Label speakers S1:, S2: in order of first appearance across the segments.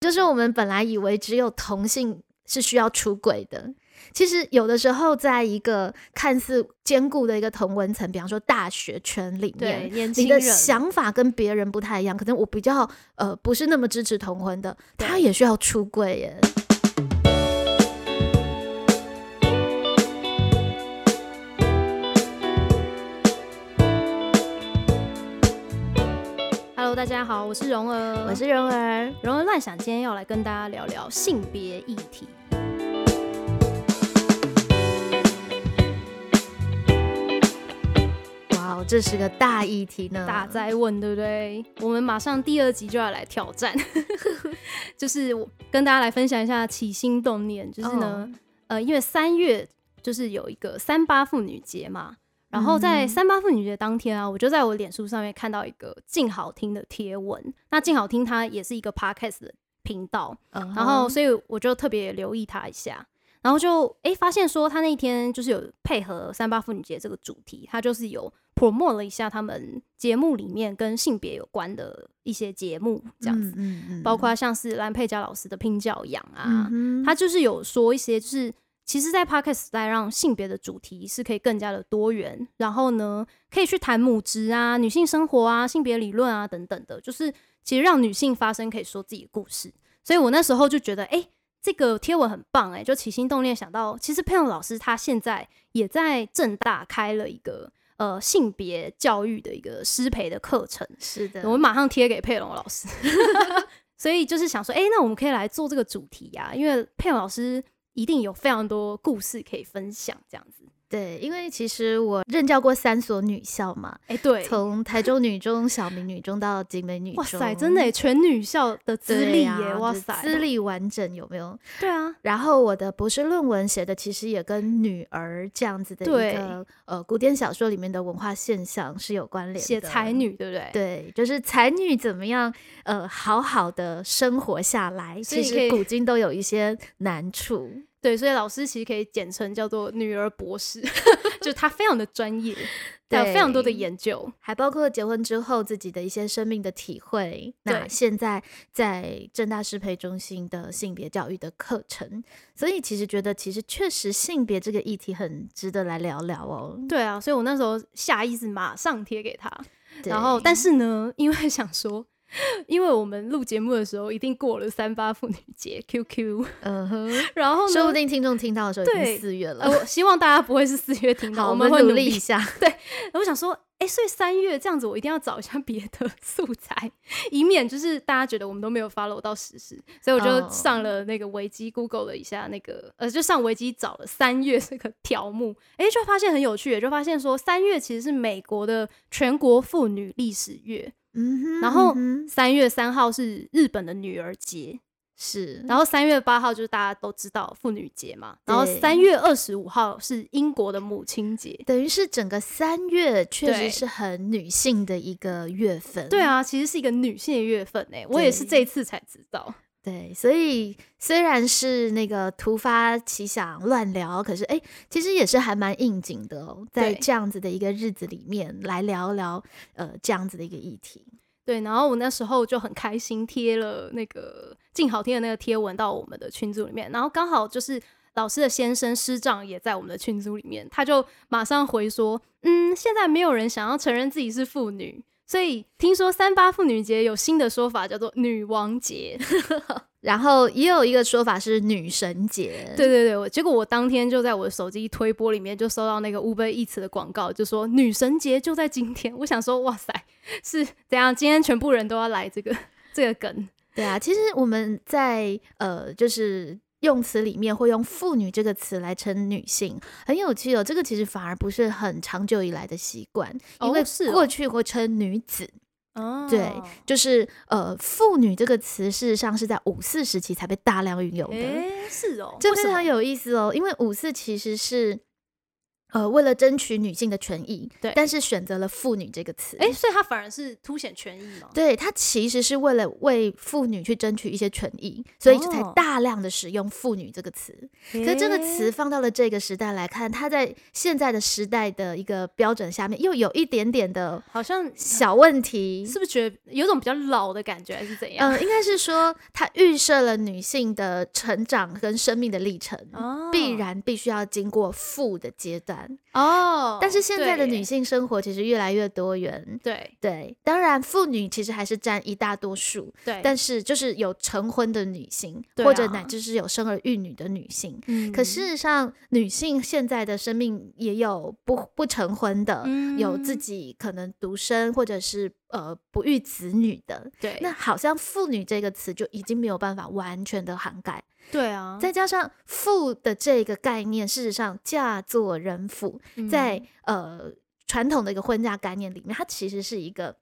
S1: 就是我们本来以为只有同性是需要出轨的，其实有的时候在一个看似坚固的一个同文层，比方说大学圈里
S2: 对
S1: 面。
S2: 年
S1: 你
S2: 轻
S1: 的
S2: 人
S1: 想法跟别人不太一样，可能我比较呃不是那么支持同婚的，
S2: 对
S1: 他也需要出柜耶。
S2: Hello，大家好，我是蓉儿，
S1: 我是蓉儿，
S2: 蓉儿乱想，今天要来跟大家聊聊性别议题。
S1: 哇哦，这是个大议题呢，
S2: 大灾问，对不对？我们马上第二集就要来挑 战，就是我跟大家来分享一下起心动念，就是呢，
S1: 哦
S2: 呃，因为三月就是有一个三八妇女节嘛，然后在
S1: 嗯
S2: 三八妇女节当天啊，我就在我脸书上面看到一个静好听的贴文，那静好听它也是一个 podcast 的频道，
S1: 嗯哼，
S2: 然后所以我就特别留意他一下，然后就诶发现说他那天就是有配合三八妇女节这个主题，他就是有 promote 了一下他们节目里面跟性别有关的一些节目这样子，
S1: 嗯，嗯嗯
S2: 包括像是蓝佩佳老师的《拼教养》啊，
S1: 嗯哼
S2: 他就是有说一些就是。其实，在 Podcast 时代，让性别的主题是可以更加的多元，然后呢，可以去谈母职啊、女性生活啊、性别理论啊等等的，就是其实让女性发声，可以说自己的故事。所以我那时候就觉得，哎、这个贴文很棒、诶哎，就起心动念想到，其实佩蓉老师她现在也在正大开了一个呃性别教育的一个师培的课程，
S1: 是的，
S2: 我马上贴给佩蓉老 师。所以就是想说，哎、那我们可以来做这个主题呀、因为佩蓉老师一定有非常多故事可以分享，这样子。
S1: 对，因为其实我任教过三所女校嘛，
S2: 哎、对，
S1: 从台中女中、小明女中到景美女中，
S2: 哇塞，真的耶全女校的资
S1: 对
S2: 历耶，
S1: 呀
S2: 哇
S1: 就
S2: 塞，
S1: 资历完整有没有？
S2: 对啊，
S1: 然后我的博士论文写的其实也跟女儿这样子的
S2: 对
S1: 一个呃古典小说里面的文化现象是有关联的，
S2: 写才。女对不对？
S1: 对，就是才女怎么样，呃，好好的生活下来，
S2: 所以
S1: 其
S2: 可以
S1: 实古今都有一些难处。
S2: 对，所以老师其实可以简称叫做“女儿 博士”，就她非常的专业，她有非常多的
S1: 对
S2: 研究。
S1: 还包括结婚之后自己的一些生命的体会。那
S2: 对
S1: 现在在正大师培中心的性别教育的课程，所以其实觉得其实确实性别这个议题很值得来聊聊哦。
S2: 对啊，所以我那时候下意识马上贴给她，
S1: 对
S2: 然后但是呢，因为想说，因为我们录节目的时候一定过了三八妇女节 QQ，
S1: 嗯哼，
S2: 然后
S1: 说不
S2: 呢，
S1: 定听众听到的时候已
S2: 对
S1: 经四月
S2: 呃，
S1: 了。
S2: 我希望大家不会是四月听到，
S1: 好，
S2: 我
S1: 我
S2: 们
S1: 们
S2: 会
S1: 努
S2: 努
S1: 力一 下。
S2: 我想说，哎、所以三月这样子，我一定要找一下别的 素材，以免就是大家觉得我们都没有 follow 到时事，所以我就
S1: 哦
S2: 上了那个维基，Google 了一下那个，呃，就上维基找了三月这个条目，哎、就发现很有趣，就发现说三月其实是美国的全国妇女历史月，
S1: 嗯哼，
S2: 然后
S1: 嗯哼
S2: 三月三号是日本的女儿节，
S1: 是，
S2: 然后三月八号就是大家都知道妇女节嘛，然后
S1: 对
S2: 三月二十五号是英国的母亲节，
S1: 等于是整个三月确
S2: 对
S1: 实是很女性的一个月份。
S2: 对啊，其实是一个女性的月份诶、我也是
S1: 对
S2: 这一次才知道。
S1: 对，所以虽然是那个突发奇想乱聊，可是哎、诶其实也是还蛮应景的哦，在
S2: 对
S1: 这样子的一个日子里面来聊聊呃这样子的一个议题。
S2: 对，然后我那时候就很开心，贴了那个静好听的那个贴文到我们的群组里面，然后刚好就是老师的先生师长也在我们的群组里面，他就马上回说，嗯，现在没有人想要承认自己是妇女，所以听说三八妇女节有新的说法叫做女王节，
S1: 然后也有一个说法是女神节，
S2: 对对对，我结果我当天就在我的手机推播里面就收到那个 Uber Eats 的广告，就说女神节就在今天。我想说，哇塞，是怎样？今天全部人都要来这个这个梗？
S1: 对啊，其实我们在呃，就是用词里面会用“妇女”这个词来称女性，很有趣哦。这个其实反而不是很长久以来的习惯，因
S2: 哦
S1: 为
S2: 是哦
S1: 过去会称女子，
S2: 哦
S1: 对就是呃，“妇女”这个词事实上是在五四时期才被大量运用的，
S2: 诶，是哦，
S1: 这
S2: 为
S1: 非
S2: 什
S1: 常
S2: 么
S1: 有意思哦。因为五四其实是呃为了争取女性的权益，
S2: 对
S1: 但是选择了妇女这个词。
S2: 哎、所以它反而是凸显权益嘛？
S1: 对，它其实是为了为妇女去争取一些权益，所以才
S2: 哦
S1: 大量的使用“妇女”这个词。
S2: 可
S1: 可是这个词放到了这个时代来看，它在现在的时代的一个标准下面，又有一点点的
S2: 好像
S1: 小问题。
S2: 是不是觉得有种比较老的感觉，还是怎样？
S1: 嗯，应该是说它预设了女性的成长跟生命的历程。
S2: 哦
S1: 必然必须要经过负的阶段，
S2: 哦。
S1: 但是现在的
S2: 对
S1: 女
S2: 耶
S1: 性生活其实越来越多元。
S2: 对
S1: 对，当然妇女其实还是占一大多数，
S2: 对，
S1: 但是就是有成婚的女性，
S2: 对
S1: 或者
S2: 啊
S1: 乃至是有生儿育女的女性，
S2: 嗯
S1: 可事实上，女性现在的生命也有不不成婚的，有自
S2: 嗯
S1: 己可能独生或者是呃不育子女的。
S2: 对
S1: 那好像“妇女”这个词就已经没有办法完全的涵盖，
S2: 对啊，
S1: 再加上“妇”的这个概念，事实上嫁作人妇，在
S2: 嗯
S1: 呃传统的一个婚嫁概念里面，它其实是一个，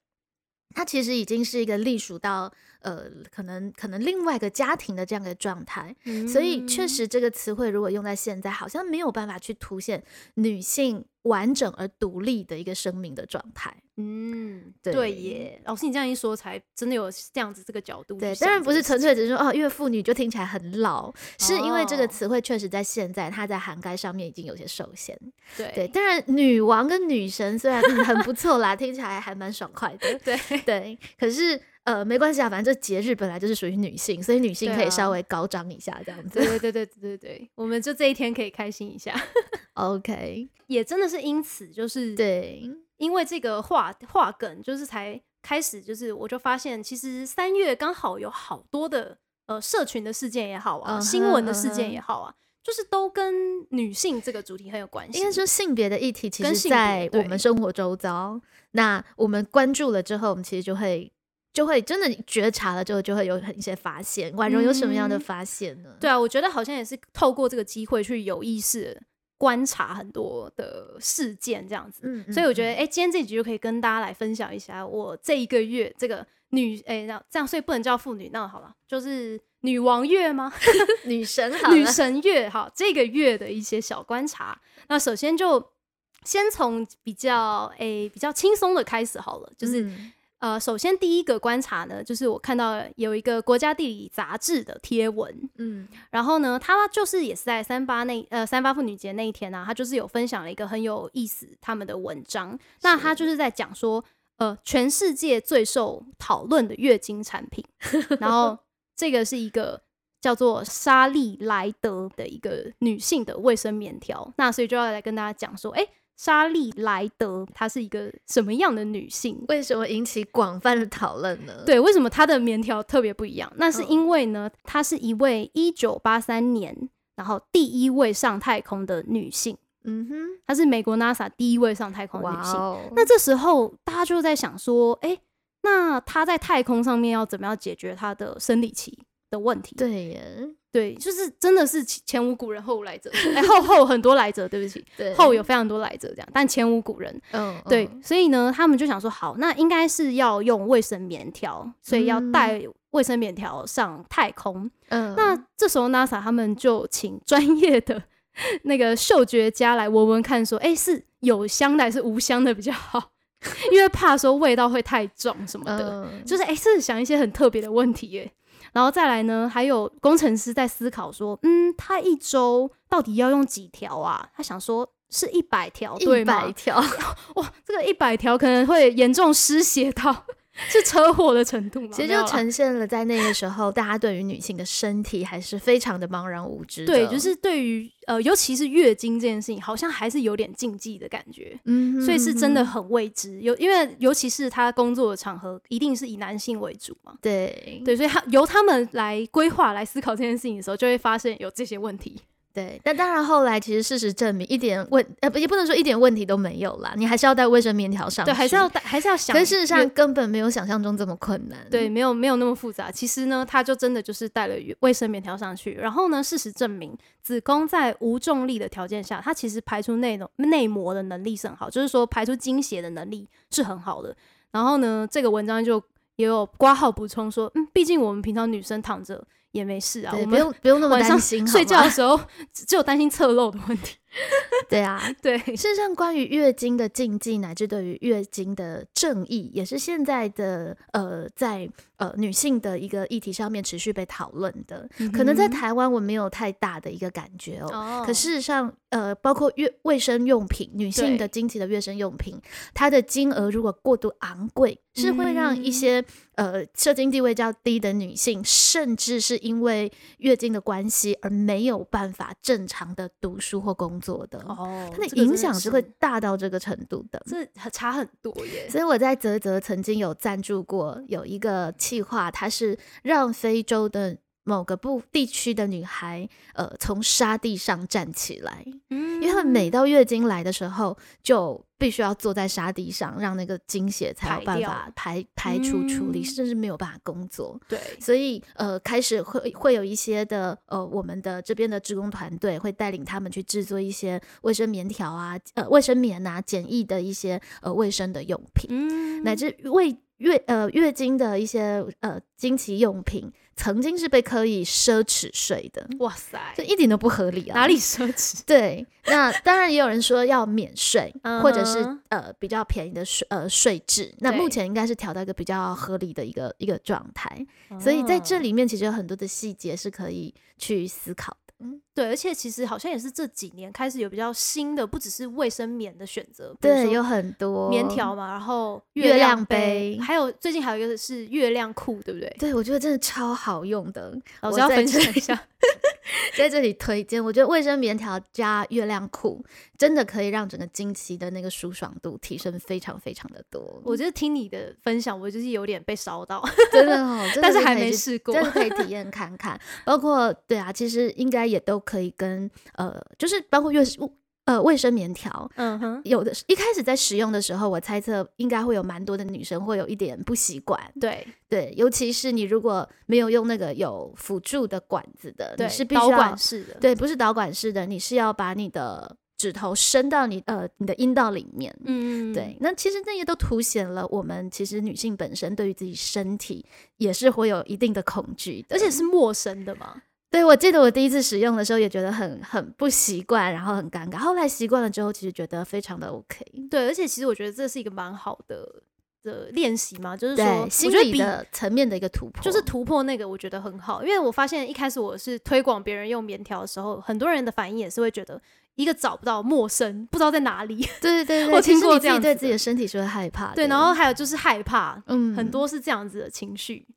S1: 它其实已经是一个隶属到呃可能可能另外一个家庭的这样的状态。所以确
S2: 嗯
S1: 实，这个词汇如果用在现在，好像没有办法去凸显女性完整而独立的一个生命的状态。
S2: 嗯，
S1: 对
S2: 对耶。老师，你这样一说，才真的有这样子这个角度去
S1: 对，
S2: 想这个事情。
S1: 当然不是纯粹只是说哦，因为妇女就听起来很老，是因为这个
S2: 哦
S1: 词汇确实在现在它在涵盖上面已经有些受限。对，
S2: 对
S1: 当然女王跟女神虽然嗯很不错啦， 听起来还蛮爽快的。
S2: 对
S1: 对，可是呃没关系啊，反正这节日本来就是属于女性，所以女性
S2: 对
S1: 可以
S2: 啊
S1: 稍微高涨一下这样子。
S2: 对对对对对对，我们就这一天可以开心一下。
S1: OK，
S2: 也真的是因此，就是
S1: 对，
S2: 因为这个话话梗，就是才开始，就是我就发现，其实三月刚好有好多的呃社群的事件也好啊
S1: 嗯哼
S2: 新闻的事件
S1: 嗯
S2: 也好啊，就是都跟女性这个主题很有关系。
S1: 应该说性别的议题，其
S2: 跟
S1: 实
S2: 性别
S1: 在我
S2: 对
S1: 们生活周遭，那我们关注了之后，我们其实就会就会真的觉察了之后，就会有很一些发现。婉容有什么样的
S2: 嗯
S1: 发现呢？
S2: 对啊，我觉得好像也是透过这个机会去有意识地观察很多的事件这样子。
S1: 嗯，嗯
S2: 所以我觉得，
S1: 嗯
S2: 哎、今天这集就可以跟大家来分享一下我这一个月这个女，哎、那这样，所以不能叫妇女，那好了，就是女王月吗？
S1: 女 神好
S2: 女
S1: 了
S2: 神月，好，这个月的一些小观察。那首先就先从比较，哎、比较轻松的开始好了，就是、
S1: 嗯
S2: 呃，首先第一个观察呢，就是我看到有一个国家地理杂志的贴文，
S1: 嗯
S2: 然后呢，他就是也是在三八那呃三八妇女节那一天呢、啊，他就是有分享了一个很有意思他们的文章。那他就是在讲说，呃，全世界最受讨论的月经产品，然后这个是一个叫做莎莉莱德的一个女性的卫生棉条。那所以就要来跟大家讲说，哎，莎莉莱德她是一个什么样的女性？
S1: 为什么引起广泛的讨论呢？，
S2: 对，为什么它的棉条特别不一样？那是
S1: 嗯
S2: 因为呢，她是一位一九八三年然后第一位上太空的女性，
S1: 嗯哼，
S2: 她是美国 NASA 第一位上太空的
S1: 哇
S2: 女性。
S1: 哦，
S2: 那这时候大家就在想说，哎、那她在太空上面要怎么样解决她的生理期的问题？
S1: 对耶，
S2: 对，就是真的是前前无古人后无来者，哎、后后很多来者，对不起，
S1: 对
S2: 后有非常多来者这样，但前无古人。
S1: 嗯
S2: 对
S1: 嗯，
S2: 所以呢，他们就想说，好，那应该是要用卫生棉条，所以要带卫生棉条上太空。
S1: 嗯，
S2: 那这时候 NASA 他们就请 专业的那个嗅觉家来闻闻看，说，哎、是有香的还是无香的比较好？ 因为怕说味道会太重什么的。
S1: 嗯
S2: 就是哎、诶是想一些很特别的问题耶。然后再来呢，还有工程师在思考说，嗯，他一周到底要用几条啊？他想说是一百条，对
S1: 一
S2: 吗
S1: 百？ 条，
S2: 哇，这个一百条可能会严重失血到是车祸的程度吗？
S1: 其实
S2: 没有啊
S1: 就
S2: 啦
S1: 呈现了在那个时候，大家对于女性的身体还是非常的茫然无知的。
S2: 对，就是对于呃，尤其是月经这件事情，好像还是有点禁忌的感觉。
S1: 嗯哼，
S2: 所以是真的
S1: 嗯哼
S2: 很未知，有因为尤其是他工作的场合，一定是以男性为主嘛，
S1: 对
S2: 对，所以他由他们来规划、来思考这件事情的时候，就会发现有这些问题。
S1: 对，但当然后来其实事实证明一点问呃不也不能说一点问题都没有啦，你还是要带卫生棉条上去，
S2: 对，还是要。带还是要想。
S1: 可是事实上
S2: 越
S1: 根本没有想象中这么困难。
S2: 对，，没有没有那么复杂。其实呢，他就真的就是带了卫生棉条上去。然后呢，事实证明，子宫在无重力的条件下，它其实排出内容内膜的能力是很好，就是说排出经血的能力是很好的。然后呢，这个文章就也有挂号补充说，嗯，毕竟我们平常女生躺着也没事啊，
S1: 对，
S2: 我
S1: 不
S2: 们
S1: 用不用那么
S2: 晚
S1: 担
S2: 上
S1: 心，好
S2: 睡
S1: 吗
S2: 觉的时候只只有担心侧漏的问题。
S1: 对啊，
S2: 对，
S1: 事实上，关于月经的禁忌，乃至对于月经的正义，也是现在的呃，在呃女性的一个议题上面持续被讨论的。嗯可
S2: 嗯
S1: 能在台湾我没有太大的一个感觉哦。
S2: 哦
S1: 可事实上，呃，包括月卫生用品，女性的
S2: 对
S1: 经期的卫生用品，它的金额如果过度昂贵，是会让一
S2: 嗯
S1: 些、呃社经地位较低的女性，甚至是因为月经的关系而没有办法正常的读书或工作的。
S2: 哦，
S1: 它的
S2: 这个真
S1: 影
S2: 的
S1: 响是会
S2: 是
S1: 大到这个程度的。
S2: 这很差很多耶。
S1: 所以我在泽泽曾经有赞助过有一个企划，它是让非洲的某个部地区的女孩，呃，从沙地上站起来，
S2: 嗯
S1: 因为她们每到月经来的时候，就必须要坐在沙地上，让那个经血才有
S2: 排
S1: 办
S2: 掉
S1: 法排排出处理，
S2: 嗯
S1: 甚至没有办法工作。
S2: 对
S1: 所以呃，开始会会有一些的呃，我们的这边的职工团队会带领他们去制作一些卫生棉条啊，呃，卫生棉啊，简易的一些呃卫生的用品，
S2: 嗯
S1: 乃至为月呃月经的一些呃经期用品，曾经是被可以奢侈税的，
S2: 哇塞
S1: 这，一点都不合理啊！
S2: 哪里奢侈？
S1: 对，那当然也有人说要免税，或者是
S2: 嗯哼
S1: 呃比较便宜的税呃税制。那目
S2: 对
S1: 前应该是调到一个比较合理的一个一个状态，所以在这
S2: 里。
S1: 里面其实有很多的细节是可以去思考的。嗯，
S2: 对，而且其实好像也是这几年开始有比较新的，不只是卫生棉的选择，比如
S1: 对，
S2: 说
S1: 有很多
S2: 棉。条嘛，然后
S1: 月亮
S2: 亮
S1: 杯
S2: 还有最近还有一个是月亮裤，对不对？
S1: 对，我觉得真的超好用的，
S2: 老
S1: 我
S2: 师要
S1: 在
S2: 分
S1: 这
S2: 享一下，
S1: 在这里推荐。我觉得卫生棉条加月亮裤，真的可以让整个经期的那个舒爽度提升非常非常的多。
S2: 我就是听你的分享，我就是有点被烧到，
S1: 真的哦，真的
S2: 但是还
S1: 可以
S2: 没
S1: 去
S2: 试过
S1: 真。的可以体验看看。包括对啊，其实应该也都可以跟呃，就是包括月呃卫生棉条。
S2: 嗯哼，
S1: 有的一开始在使用的时候，我猜测应该会有蛮多的女生会有一点不习惯，
S2: 对
S1: 对，尤其是你如果没有用那个有辅助的管子的，
S2: 对，
S1: 你是必
S2: 导
S1: 须
S2: 管
S1: 要
S2: 式的，
S1: 对，不是导管式的，你是要把你的指头伸到你呃你的阴道里面，
S2: 嗯，嗯，
S1: 对，那其实这些都凸显了我们其实女性本身对于自己身体也是会有一定的恐惧的，
S2: 而且是陌生的嘛。
S1: 对我记得我第一次使用的时候也觉得很很不习惯，然后很尴尬，后来习惯了之后，其实觉得非常的 OK。
S2: 对，而且其实我觉得这是一个蛮好的的练习嘛，就是说，
S1: 对，
S2: 我
S1: 心
S2: 觉得
S1: 理
S2: 比
S1: 的层面的一个突破，
S2: 就是突破那个，我觉得很好，因为我发现一开始我是推广别人用棉条的时候，很多人的反应也是会觉得一个找不到陌生，不知道在哪里，
S1: 对对对对，
S2: 我
S1: 其
S2: 听
S1: 实
S2: 过
S1: 你自
S2: 这
S1: 己
S2: 样
S1: 对
S2: 子
S1: 自己
S2: 的
S1: 的身体是会害怕的。
S2: 对，然后还有就是害怕，
S1: 嗯，
S2: 很多是这样子的情绪，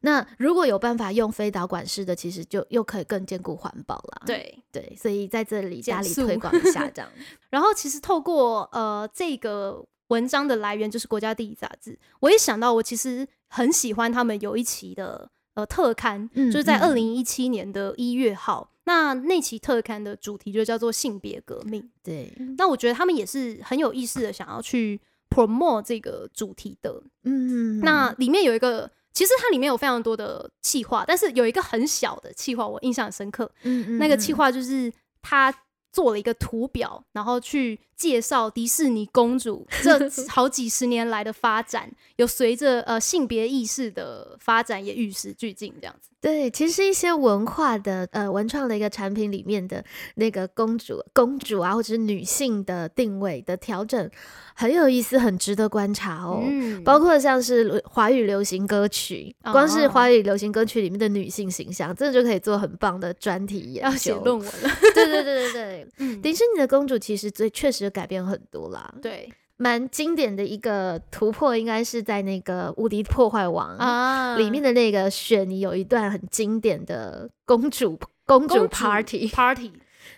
S1: 那如果有办法用非导管式的，其实就又可以更兼顾环保啦。
S2: 对。
S1: 对，所以在这里
S2: 减
S1: 家里
S2: 速
S1: 推广一下，这样
S2: 嗯然后其实透过呃这个文章的来源就是《国家地理》杂志，我也想到我其实很喜欢他们有一期的呃特刊，
S1: 嗯
S2: 就是在二
S1: 嗯
S2: 零一七年的一月号，那那期特刊的主题就叫做性别革命。
S1: 对，嗯
S2: 那我觉得他们也是很有意识的，想要去 promote 这个主题的。
S1: 嗯，
S2: 那里面有一个，其实它里面有非常多的企划，但是有一个很小的企划我印象很深刻。
S1: 嗯
S2: 那个企
S1: 划，
S2: 划就是他做了一个图表，然后去介绍迪士尼 公主这好几十年来的发展，有随着呃性别意识的发展也与时俱进这样子。
S1: 对，其实一些文化的呃文创的一个产品里面的那个公主、公主啊，或者是女性的定位的调整，很有意思，很值得观察哦。
S2: 嗯
S1: 包括像是华语流行歌曲，光是
S2: 哦
S1: 华语流行歌曲里面的女性形象，真的就可以做很棒的专题研
S2: 要写
S1: 究。
S2: 论 文了，
S1: 对对对对 对，
S2: 嗯，
S1: 迪士尼的公主其实最确实改变很多啦，
S2: 对
S1: 蛮经典的一个突破，应该是在那个《无敌破坏王》
S2: 啊
S1: 里面的那个雪妮有一段很经典的公主公主
S2: 公主
S1: party，
S2: party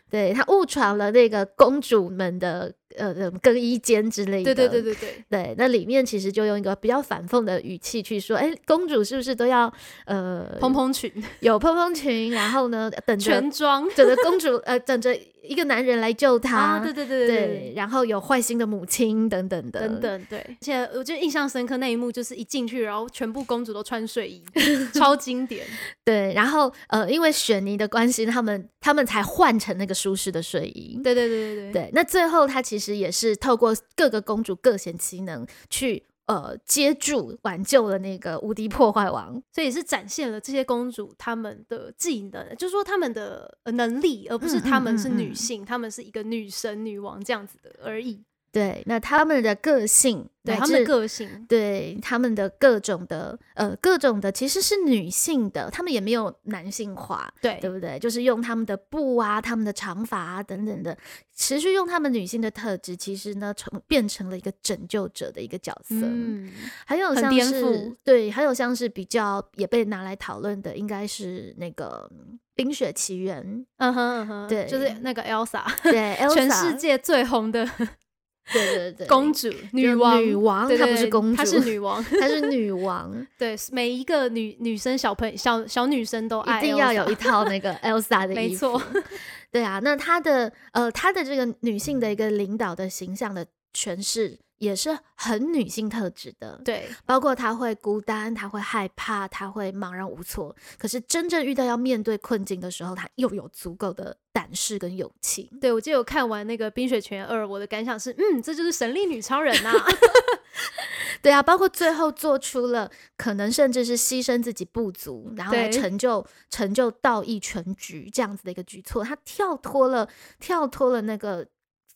S1: 对她误闯了那个公主们的呃呃更衣间之类的，
S2: 对对对对对，
S1: 对，那里面其实就用一个比较反讽的语气去说，哎，公主是不是都要呃
S2: 蓬蓬裙、
S1: 有蓬蓬裙，然后呢等着
S2: 全装
S1: 等着公主呃等着一个男人来救她，
S2: 啊，对对对
S1: 对，然后有坏心的母亲等等的，
S2: 等。等对。而且我觉得印象深刻那一幕就是一进去，然后全部公主都穿睡 衣，超经 典。
S1: 对，然后呃，因为雪妮的关系，他们他们才换成那个舒适的睡衣。
S2: 对对对对对，
S1: 对，那最后他其实也是透过各个公主各显其能去呃接住挽救了那个无敌破坏王。
S2: 所以是展现了这些公主她们的技能，就是说她们的呃能力，而不是
S1: 嗯嗯
S2: 她们是
S1: 嗯
S2: 女
S1: 嗯
S2: 性，她们是一个女神、女王这样子的而已。
S1: 对，那他们的个性，
S2: 对
S1: 乃
S2: 她们的
S1: 至
S2: 个性，
S1: 对他们的各种的呃各种的其实是女性的，他们也没有男性化，
S2: 对
S1: 对不对？就是用他们的布啊、他们的长发啊等等的，持续用他们女性的特质，其实呢成变成了一个拯救者的一个角色。
S2: 嗯，
S1: 还有
S2: 很
S1: 像
S2: 颠
S1: 是
S2: 覆
S1: 对，还有像是比较也被拿来讨论的，应该是那个嗯《冰雪奇缘
S2: 嗯哼嗯哼，
S1: 对
S2: 就是那个 Elsa，》
S1: 对，Elsa,
S2: 全世界最红的
S1: 对对对
S2: 公主、女
S1: 就
S2: 王。
S1: 女王，
S2: 对
S1: 她
S2: 对
S1: 不是
S2: 对
S1: 公主，
S2: 她是女王。
S1: 她是女 王，
S2: 对，每一个女女生小朋小小女生都爱
S1: 一定要
S2: Elsa
S1: 有一套那个 Elsa 的
S2: 没
S1: 衣服。
S2: 错，
S1: 对啊，那她的呃，她的这个女性的一个领导的形象的诠释，也是很女性特质的。，
S2: 对，
S1: 包括她会孤单，她会害怕，她会茫然无措。可是真正遇到要面对困境的时候，她又有足够的胆识跟勇气。
S2: 对，我记得我看完那个《冰雪奇缘二》，我的感想是，嗯，这就是神力女超人 啊呐、
S1: 对啊，包括最后做出了可能甚至是牺牲自己不足，然后来
S2: 对
S1: 成就成就道义全局这样子的一个举措，他跳脱了跳脱了那个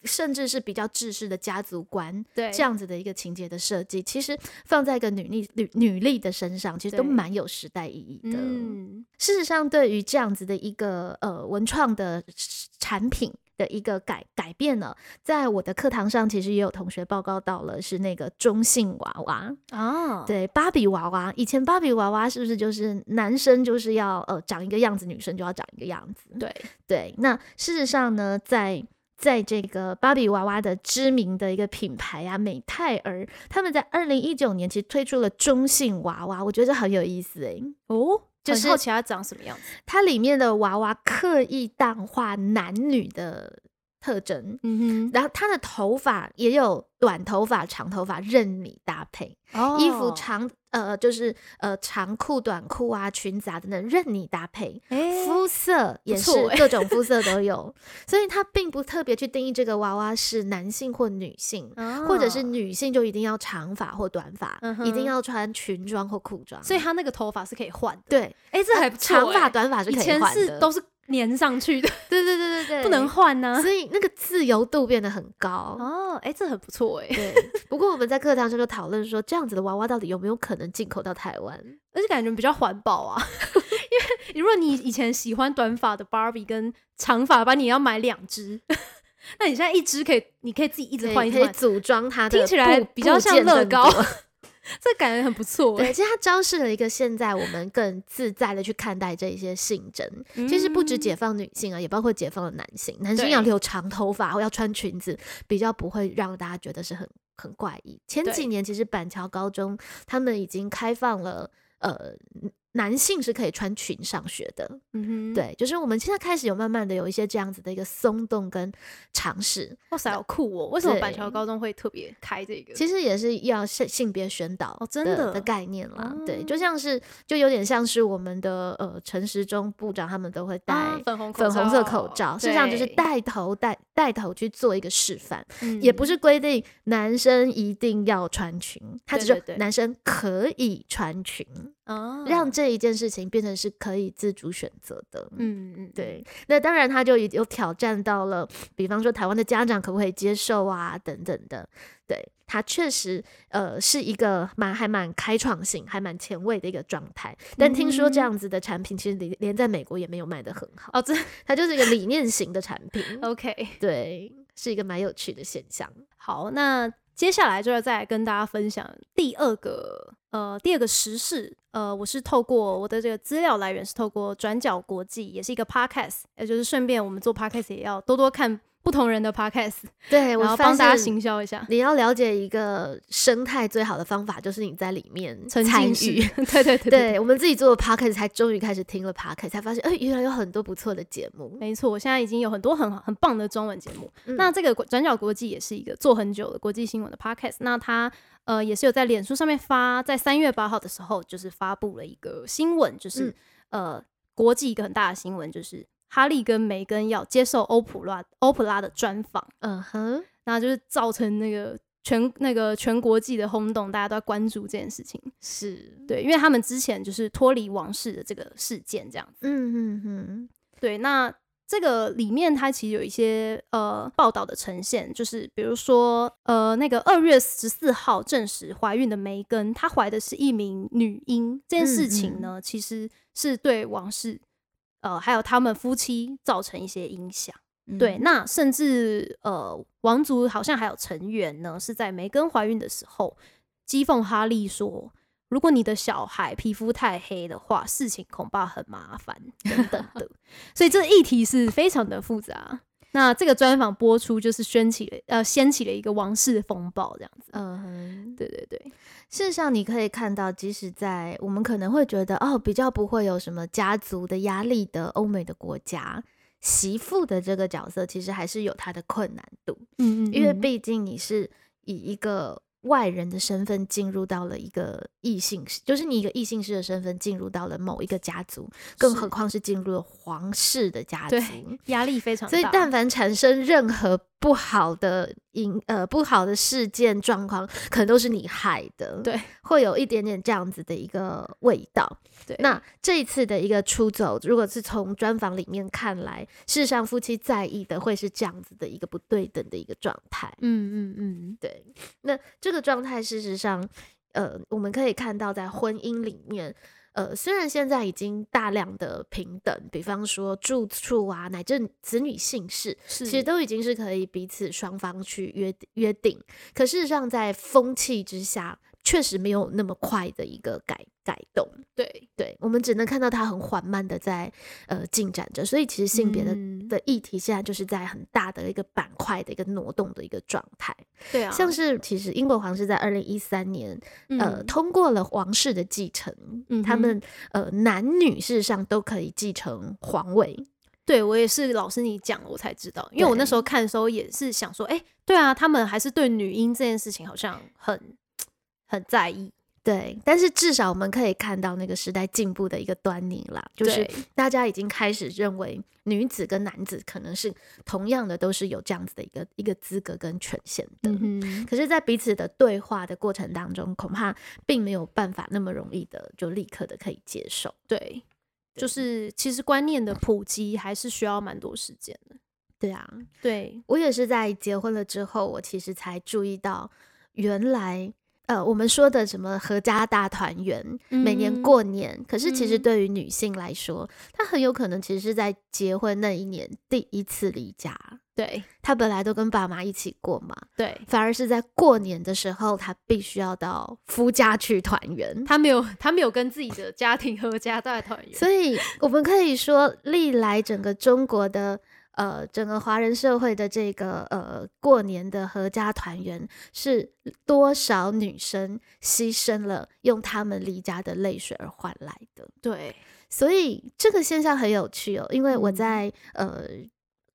S1: 甚至是比较制式的家族观
S2: 对，
S1: 这样子的一个情节的设计，其实放在一个女力女女力的身上，其实都
S2: 对
S1: 蛮有时代意义的。
S2: 嗯，
S1: 事实上，对于这样子的一个呃文创的是产品的一个改改变呢，在我的课堂上，其实也有同学报告到了，是那个中性娃娃，
S2: 啊，
S1: 对，芭比娃娃。以前芭比娃娃是不是就是男生就是要呃长一个样子，女生就要长一个样子？
S2: 对，
S1: 对，那事实上呢，在在这个芭比娃娃的知名的一个品牌啊，美泰儿，他们在二零一九年其实推出了中性娃娃，我觉得很有意思诶、
S2: 哦，
S1: 就
S2: 很
S1: 是
S2: 好奇她长什么样子，
S1: 它里面的娃娃刻意淡化男女的特征，
S2: 嗯
S1: 然后它的头发也有短头发、长头发任你搭配，
S2: 哼，哦，
S1: 衣服，长呃就是呃长裤、短裤啊、裙子啊等等任你搭配，
S2: 哎，
S1: 肤色也是
S2: 错欸
S1: 各种 肤色都有，所以它并不特别去定义这个娃娃是男性或女性。
S2: 啊
S1: 或者是，女性就一定要长发或短发，
S2: 嗯
S1: 一定
S2: 哼
S1: 要穿裙装或裤装。
S2: 所以她那个头发是可以换的，，
S1: 对，
S2: 哎，这还不错
S1: 长发
S2: 哎
S1: 短发是
S2: 以
S1: 可
S2: 前
S1: 换
S2: 是
S1: 的，
S2: 都是粘上去的，
S1: 对对对对对，
S2: 不能换啊呢，
S1: 所以那个自由度变得很高。
S2: 哦，哎，这很不错哎，
S1: 对，不过我们在课堂上就讨论说，这样子的娃娃到底有没有可能进口到台湾？
S2: 而且感觉比较环保啊， 因为如果你以前喜欢短发的 Barbie 跟长发吧，你要买两只， 那你现在一只可以，你可以自己一
S1: 可
S2: 直
S1: 以
S2: 换一
S1: 可
S2: 直
S1: 以
S2: 换，
S1: 组装它的部，
S2: 听起来比较像乐高
S1: 部件更多
S2: 这感觉很不错哎、
S1: 对，其实它昭示了一个现在我们更自在的去看待这一些性征。其实不止
S2: 嗯
S1: 解放女性啊，也包括解放了男性。男性
S2: 对
S1: 要留长头发，或要穿裙子，比较不会让大家觉得是很很怪异。前
S2: 对
S1: 几年其实板桥高中他们已经开放了，呃，男性是可以穿裙上学的。
S2: 嗯哼，
S1: 对，就是我们现在开始有慢慢的有一些这样子的一个松动跟尝试，
S2: 哇塞，好酷哦！为什么板桥
S1: 对
S2: 高中会特别开这个？
S1: 其实也是要性性别宣导
S2: 哦真
S1: 的
S2: 的
S1: 概念啦。对，
S2: 哦
S1: 就像是就有点像是我们的呃陈时中部长他们都会戴。
S2: 啊粉红口
S1: 粉红色口罩，事实上就是
S2: 对，
S1: 带头带带头去做一个示范，
S2: 嗯
S1: 也不是规定男生一定要穿裙，他只
S2: 对
S1: 是
S2: 对对
S1: 男生可以穿裙，
S2: 啊
S1: 让这一件事情变成是可以自主选择的。
S2: 嗯嗯
S1: 对，那当然他就有挑战到了，比方说台湾的家长可不可以接受啊，等等的。对，他确实呃是一个蛮还蛮开创性、还蛮前卫的一个状态。但听说这
S2: 嗯
S1: 样子的产品其实连连在美国也没有卖得很好，
S2: 哦，这。
S1: 它就是一个理念型的产品
S2: OK
S1: 对，是一个蛮有趣的现象。
S2: 好，那接下来就要再来跟大家分享第二个呃第二个时事，呃，我是透过我的这个资料来源是透过转角国际，也是一个 podcast，也就是顺便我们做 podcast 也要多多看不同人的 podcast，
S1: 对
S2: 然
S1: 哎我
S2: 后
S1: 发
S2: 帮大家
S1: 现
S2: 行销一下。
S1: 你要了解一个生态最好的方法就是你在里面
S2: 沉
S1: 参
S2: 浸
S1: 与
S2: 式。，对对 对对，
S1: 对我们自己做的 podcast 才终于开始听了 podcast，才发现，哎、原来有很多不错的节目。
S2: 没错，我现在已经有很多很好很棒的中文节目。
S1: 嗯
S2: 那这个国转角国际也是一个做很久的国际新闻的 podcast，那它呃也是有在脸书上面发，在三月八号的时候就是发布了一个新闻，就是、呃国际一个很大的新闻，就是哈利跟梅根要接受欧普拉欧普拉的专访，
S1: 嗯哼，
S2: 那就是造成那个。全那个全国际的轰动，大家都在关注这件事情。
S1: 是，
S2: 对，因为他们之前就是脱离王室的这个事件，这样子。
S1: 嗯嗯嗯，
S2: 对，那这个里面它其实有一些呃报道的呈现，就是比如说呃那个二月十四号证实怀孕的梅根，她怀的是一名女婴，这件事情呢，其实是对王室呃还有他们夫妻造成一些影响。
S1: 嗯
S2: 对，那甚至呃，王族好像还有成员呢，是在梅根怀孕的时候讥讽哈利说：“如果你的小孩皮肤太黑的话，事情恐怕很麻烦等等 的。”所以这议题是非常的复杂。那这个专访播出，就是掀起了呃，掀起了一个王室风暴，这样子。
S1: 嗯哼。
S2: 对对对，
S1: 事实上，你可以看到，即使在我们可能会觉得哦，比较不会有什么家族的压力的欧美的国家，媳妇的这个角色其实还是有它的困难度，
S2: 嗯
S1: 因为毕竟你是以一个外人的身份进入到了一个异性，就是你以一个异性式的身份进入到了某一个家族，更何况是进入了皇室的家
S2: 对
S1: 族。
S2: 压力非常大，
S1: 所以，但凡产生任何不好的影呃不好的事件状况，可能都是你害的。
S2: 对，
S1: 会有一点点这样子的一个味道。
S2: 对
S1: 那这一次的一个出走，如果是从专访里面看来，事实上夫妻在意的会是这样子的一个不对等的一个状态。
S2: 嗯嗯嗯，
S1: 对，那这个状态事实上，呃，我们可以看到在婚姻里面。呃，虽然现在已经大量的平等，比方说住处啊，乃至子女姓氏，
S2: 是
S1: 其实都已经是可以彼此双方去约约定。可事实上，在风气之下，确实没有那么快的一个改改动。
S2: 对
S1: 对我们只能看到它很缓慢的在呃进展着，所以其实性别的、
S2: 嗯
S1: 的议题现在就是在很大的一个板块的一个挪动的一个状态。
S2: 对啊，
S1: 像是其实英国皇室在二零一三年、呃
S2: 嗯
S1: 通过了王室的继承，
S2: 嗯
S1: 他
S2: 哼
S1: 们呃男女事实上都可以继承皇位。
S2: 对我也是，老师你讲了我才知道，因为我那
S1: 对
S2: 时候看的时候也是想说，哎、对啊，他们还是对女婴这件事情好像很很在意，
S1: 对，但是至少我们可以看到那个时代进步的一个端倪啦，就是
S2: 对
S1: 大家已经开始认为女子跟男子可能是同样的，都是有这样子的一个一个资格跟权限的。
S2: 嗯哼，
S1: 可是，在彼此的对话的过程当中，恐怕并没有办法那么容易的就立刻的可以接受。
S2: 对，
S1: 对
S2: 就是其实观念的普及还是需要蛮多时间的，
S1: 对啊，
S2: 对，
S1: 我也是在结婚了之后，我其实才注意到，原来呃，我们说的什么合家大团圆，每年
S2: 嗯
S1: 过年，可是其实
S2: 嗯
S1: 对于女性来说，她很有可能其实是在结婚那一年第一次离家。
S2: 对
S1: 她本来都跟爸妈一起过嘛，
S2: 对，
S1: 反而是在过年的时候，她必须要到夫家去团圆。
S2: 他没有他没有跟自己的家庭合家大团圆，
S1: 所以我们可以说，历来整个中国的呃整个华人社会的这个呃过年的合家团圆，是多少女生牺牲了用她们离家的泪水而换来的。
S2: 对，
S1: 所以这个现象很有趣哦，因为我
S2: 嗯
S1: 在、呃。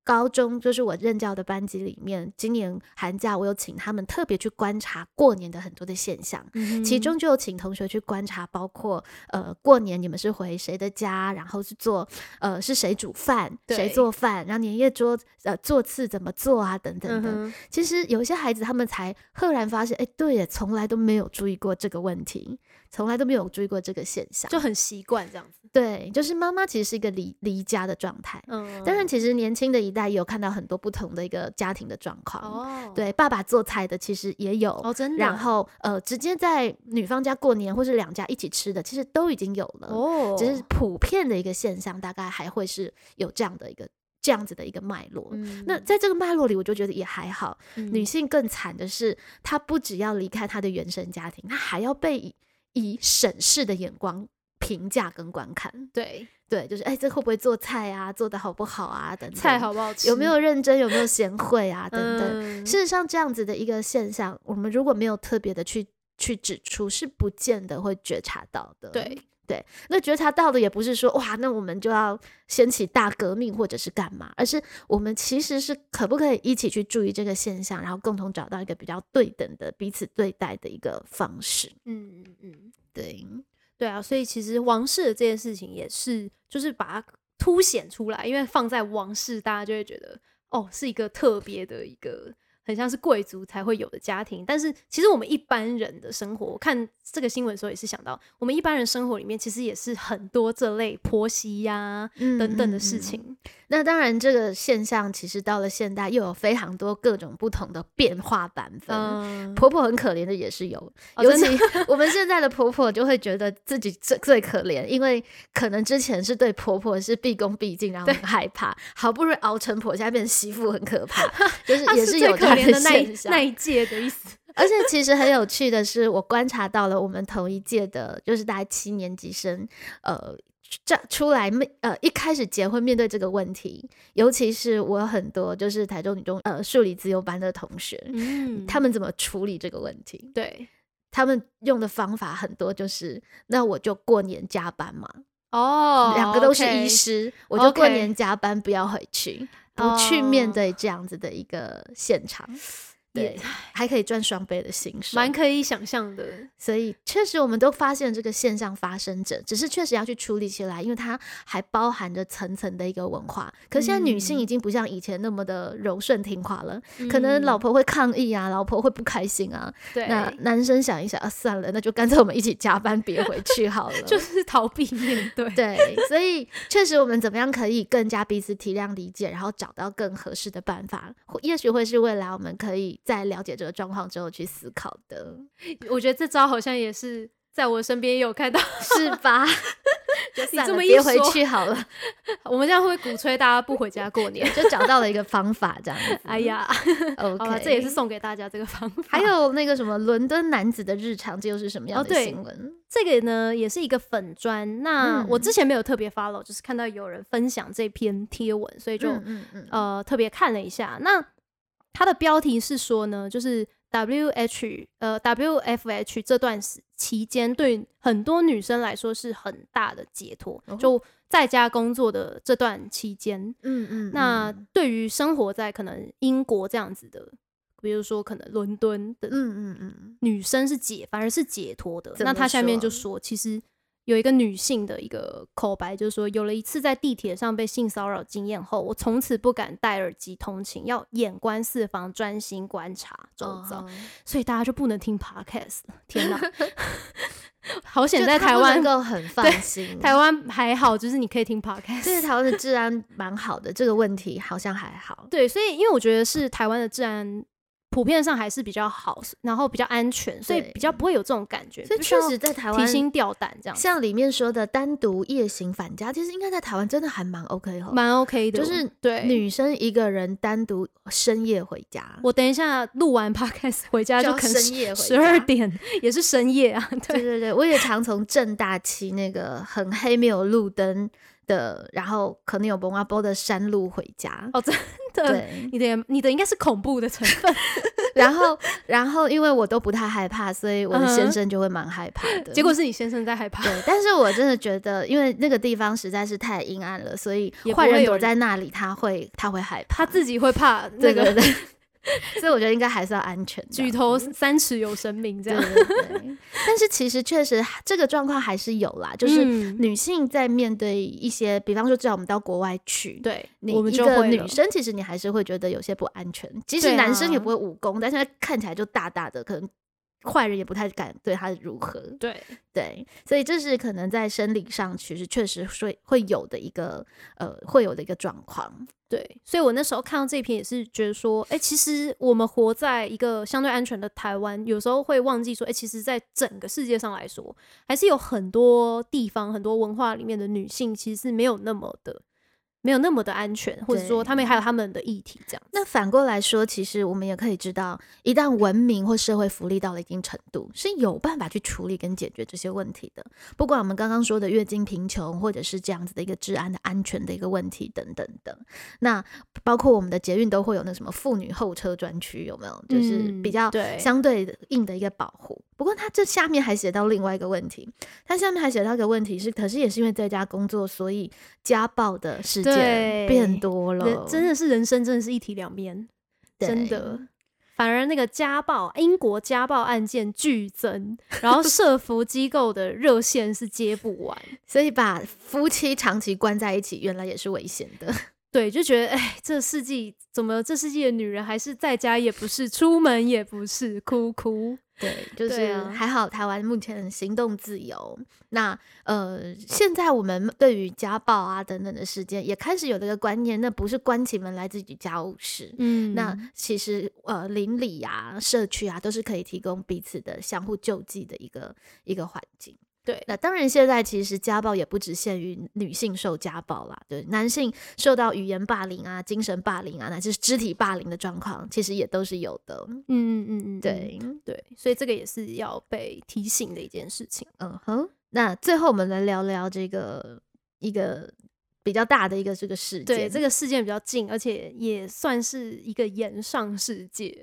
S1: 高中就是我任教的班级里面，今年寒假我有请他们特别去观察过年的很多的现象，
S2: 嗯
S1: 其中就有请同学去观察，包括呃过年你们是回谁的家，然后是做呃是谁煮饭，谁
S2: 对
S1: 做饭，然后年夜桌呃做次怎么做啊等等
S2: 嗯
S1: 的。
S2: 哼，
S1: 其实有一些孩子他们才赫然发现，哎，对耶，从来都没有注意过这个问题，从来都没有注意过这个现象。
S2: 就很习惯这样子，
S1: 对，就是妈妈其实是一个离离家的状态。
S2: 嗯，
S1: 当然，其实年轻的一代也有看到很多不同的一个家庭的状况。
S2: 哦，，
S1: 对，爸爸做菜的其实也有，
S2: 哦，真的，
S1: 然后呃，直接在女方家过年或是两家一起吃的，其实都已经有了，
S2: 哦，
S1: 只是普遍的一个现象，大概还会是有这样的一个这样子的一个脉络。
S2: 嗯
S1: 那在这个脉络里，我就觉得也还好。女
S2: 嗯
S1: 性更惨的是，她不只要离开她的原生家庭，她还要被以以审视的眼光评价跟观看。
S2: 对
S1: 对，就是哎，这会不会做菜啊？做的好不好啊？等等，
S2: 菜好不好吃
S1: 有没有认真？有没有贤惠啊？等等。
S2: 嗯
S1: 事实上，这样子的一个现象，我们如果没有特别的去去指出，是不见得会觉察到的。
S2: 对。
S1: 对，那觉察到的也不是说哇，那我们就要掀起大革命或者是干嘛，而是我们其实是可不可以一起去注意这个现象，然后共同找到一个比较对等的彼此对待的一个方式。
S2: 嗯嗯嗯，
S1: 对，
S2: 对啊，所以其实王室的这件事情也是，就是把它凸显出来，因为放在王室，大家就会觉得哦，是一个特别的一个很像是贵族才会有的家庭，但是其实我们一般人的生活，我看这个新闻的时候也是想到，我们一般人生活里面其实也是很多这类婆媳呀、
S1: 嗯
S2: 等等的
S1: 嗯
S2: 事。
S1: 嗯
S2: 情。
S1: 那当然，这个现象其实到了现代，又有非常多各种不同的变化版本。
S2: 嗯，
S1: 婆婆很可怜的也是有，
S2: 哦
S1: 尤
S2: 真
S1: 其
S2: 的
S1: 我们现在的婆婆就会觉得自己最最可怜，因为可能之前是对婆婆是毕恭毕敬，然后
S2: 对
S1: 很害怕，好不容易熬成婆，现在变成媳妇很可 怕，就是
S2: 她
S1: 也
S2: 是最
S1: 有
S2: 可
S1: 她
S2: 怜的那
S1: 现
S2: 一
S1: 象。
S2: 那一届的意思。
S1: 而且其实很有趣的是，我观察到了我们同一届的，就是大概七年级生，呃，这出来面呃一开始结婚面对这个问题，尤其是我有很多就是台中女中呃数理自由班的同学，
S2: 嗯
S1: 他们怎么处理这个问题？
S2: 对
S1: 他们用的方法很多，就是那我就过年加班嘛，
S2: 哦，
S1: 两个都是
S2: OK
S1: 医师我就过
S2: OK 哦
S1: 年加班，不要回去，不去面对这样子的一个现场。
S2: 也
S1: 对，还可以赚双倍的薪水，
S2: 蛮可以想象的。
S1: 所以确实，我们都发现这个现象发生着，只是确实要去处理起来，因为它还包含着层层的一个文化。可现在女性
S2: 嗯
S1: 已经不像以前那么的柔顺听话了，可能老婆会抗议啊，老婆会不开心啊。
S2: 嗯对，
S1: 那男生想一想啊，算了，那就干脆我们一起加班，别回去好了。
S2: 就是逃避面对。
S1: 对，所以确实，我们怎么样可以更加彼此体谅、理解，然后找到更合适的办法，或也许会是未来我们可以在了解这个状况之后去思考的，
S2: 我觉得这招好像也是在我身边也有看到。
S1: 是吧？
S2: 就你
S1: 算
S2: 这
S1: 了
S2: 么一
S1: 别回
S2: 说，
S1: 去好了，？
S2: 我们这样会不会鼓吹大家不回家过 年
S1: 就找到了一个方法 这样子。
S2: 哎呀，
S1: ，OK，
S2: 好了，这也是。送给大家这个方法。
S1: 还有那个什么伦敦男子的日常，这又是什么样
S2: 哦
S1: 的
S2: 对
S1: 新闻？
S2: 这个呢，也是一个粉砖。那
S1: 嗯
S2: 我之前没有特别 follow，就是看到有人分享这篇贴文，所以就、
S1: 嗯嗯嗯，
S2: 呃特别看了一下。那它的标题是说呢，就是 W H 呃 W F H 这段时期间对很多女生来说是很大的解脱，
S1: 哦
S2: 就在家工作的这段期间，
S1: 嗯嗯，
S2: 那
S1: 嗯
S2: 对于生活在可能英国这样子的，比如说可能伦敦的
S1: 嗯嗯嗯，
S2: 女生是解，反而是解脱的。
S1: 怎
S2: 那
S1: 么
S2: 她下面就
S1: 说
S2: 说，其实有一个女性的一个口白，就是说，有了一次在地铁上被性骚扰经验后，我从此不敢戴耳机通勤，要眼观四方，专心观察周遭，
S1: 哦
S2: 所以大家就不能听 podcast 了。天哪，好
S1: 就
S2: 险在
S1: 他
S2: 台
S1: 不
S2: 湾
S1: 能， 够很放心，
S2: 台湾还好，就是你可以听 podcast。
S1: 这台湾的治安蛮好的，这个问题好像还好。
S2: 对，所以因为我觉得是台湾的治安普遍上还是比较好，然后比较安全，所以
S1: 对嗯
S2: 比较不会有这种感觉，
S1: 所以
S2: 不需要
S1: 确实在台
S2: 提
S1: 湾，
S2: 心吊胆这样子，
S1: 像里面说的单独夜行返家，其实应该在台湾真的还蛮 OK 哈。
S2: 蛮 OK 的。
S1: 就是
S2: 对，
S1: 女生一个人单独深夜回家，
S2: 我等一下录完 podcast 回家
S1: 就
S2: 就
S1: 要
S2: 可能
S1: 深夜回
S2: 十二
S1: 家
S2: 点， 也是深夜啊。
S1: 对
S2: 对，
S1: 对对，我也常从正大骑那个很黑没有路灯的，然后可能有蒙阿波的山路回家。
S2: 哦，真的，
S1: 对，
S2: 你的也你的应该是恐怖的成 分，
S1: 然后然后因为我都不太害怕，所以我的
S2: 嗯
S1: 先
S2: 哼
S1: 生就会蛮害怕的。
S2: 结果是你先生在害怕。
S1: 对，但是我真的觉得，因为那个地方实在是太阴暗了，所以
S2: 也不
S1: 坏
S2: 会
S1: 人
S2: 有
S1: 躲
S2: 人
S1: 在那里，他会他会害怕。
S2: 他自己会怕那
S1: 对对
S2: 个
S1: 对，所以我觉得应该还是要安全的。
S2: 举头三尺有神明这
S1: 对
S2: 样。
S1: 对对，但是其实确实这个状况还是有啦，就是
S2: 嗯
S1: 女性在面对一些，比方说，至少我们到国外去，
S2: 对，
S1: 你
S2: 我们
S1: 一
S2: 就
S1: 个
S2: 会
S1: 女
S2: 了
S1: 生，其实你还是会觉得有些不安全。即使
S2: 对
S1: 男生也
S2: 啊
S1: 不会武功，但是他看起来就大大的，可能坏人也不太敢对他如何。
S2: 对，
S1: 对，所以这是可能在生理上其实确实会会有的一个呃会有的一个状况。
S2: 对，所以我那时候看到这篇也是觉得说，哎、其实我们活在一个相对安全的台湾，有时候会忘记说，哎、其实，在整个世界上来说，还是有很多地方、很多文化里面的女性其实是没有那么的、没有那么的安全，或者说
S1: 对
S2: 她们还有她们的议题这样。
S1: 那反过来说，其实我们也可以知道，一旦文明或社会福利到了一定程度，是有办法去处理跟解决这些问题的。不管我们刚刚说的月经贫穷，或者是这样子的一个治安的安全的一个问题等等的，那包括我们的捷运都会有那什么妇女候车专区，有没有？就是
S2: 嗯
S1: 比较
S2: 对
S1: 相对硬的一个保护。不过它这下面还写到另外一个问题，它下面还写到一个问题是，可是也是因为在家工作，所以家暴的事件
S2: 对
S1: 变多了
S2: 人，真的是人生真的是一体两面，真
S1: 对
S2: 的。反而那个家暴，英国家暴案件剧增，然后社服机构的热线是接不完。
S1: 所以把夫妻长期关在一起，原来也是危险的。
S2: 对，就觉得哎，这世纪怎么这世纪的女人还是在家也不是，出门也不是，哭哭。
S1: 对，就
S2: 对
S1: 是
S2: 啊
S1: 还好台湾目前行动自由。那呃，现在我们对于家暴啊等等的事件也开始有这个观念，那不是关起门来自己家务事。
S2: 嗯
S1: 那其实呃，邻里啊、社区啊，都是可以提供彼此的相互救济的一个一个环境。
S2: 对
S1: 那当然，现在其实家暴也不只限于女性受家暴啦，对，男性受到语言霸凌啊、精神霸凌啊，乃至肢体霸凌的状况，其实也都是有的。
S2: 嗯嗯嗯嗯，
S1: 对，
S2: 对，所以这个也是要被提醒的一件事情。
S1: 嗯哼，那最后我们来聊聊这个一个比较大的一个这个事件，
S2: 对，这个事件比较近，而且也算是一个延上事件。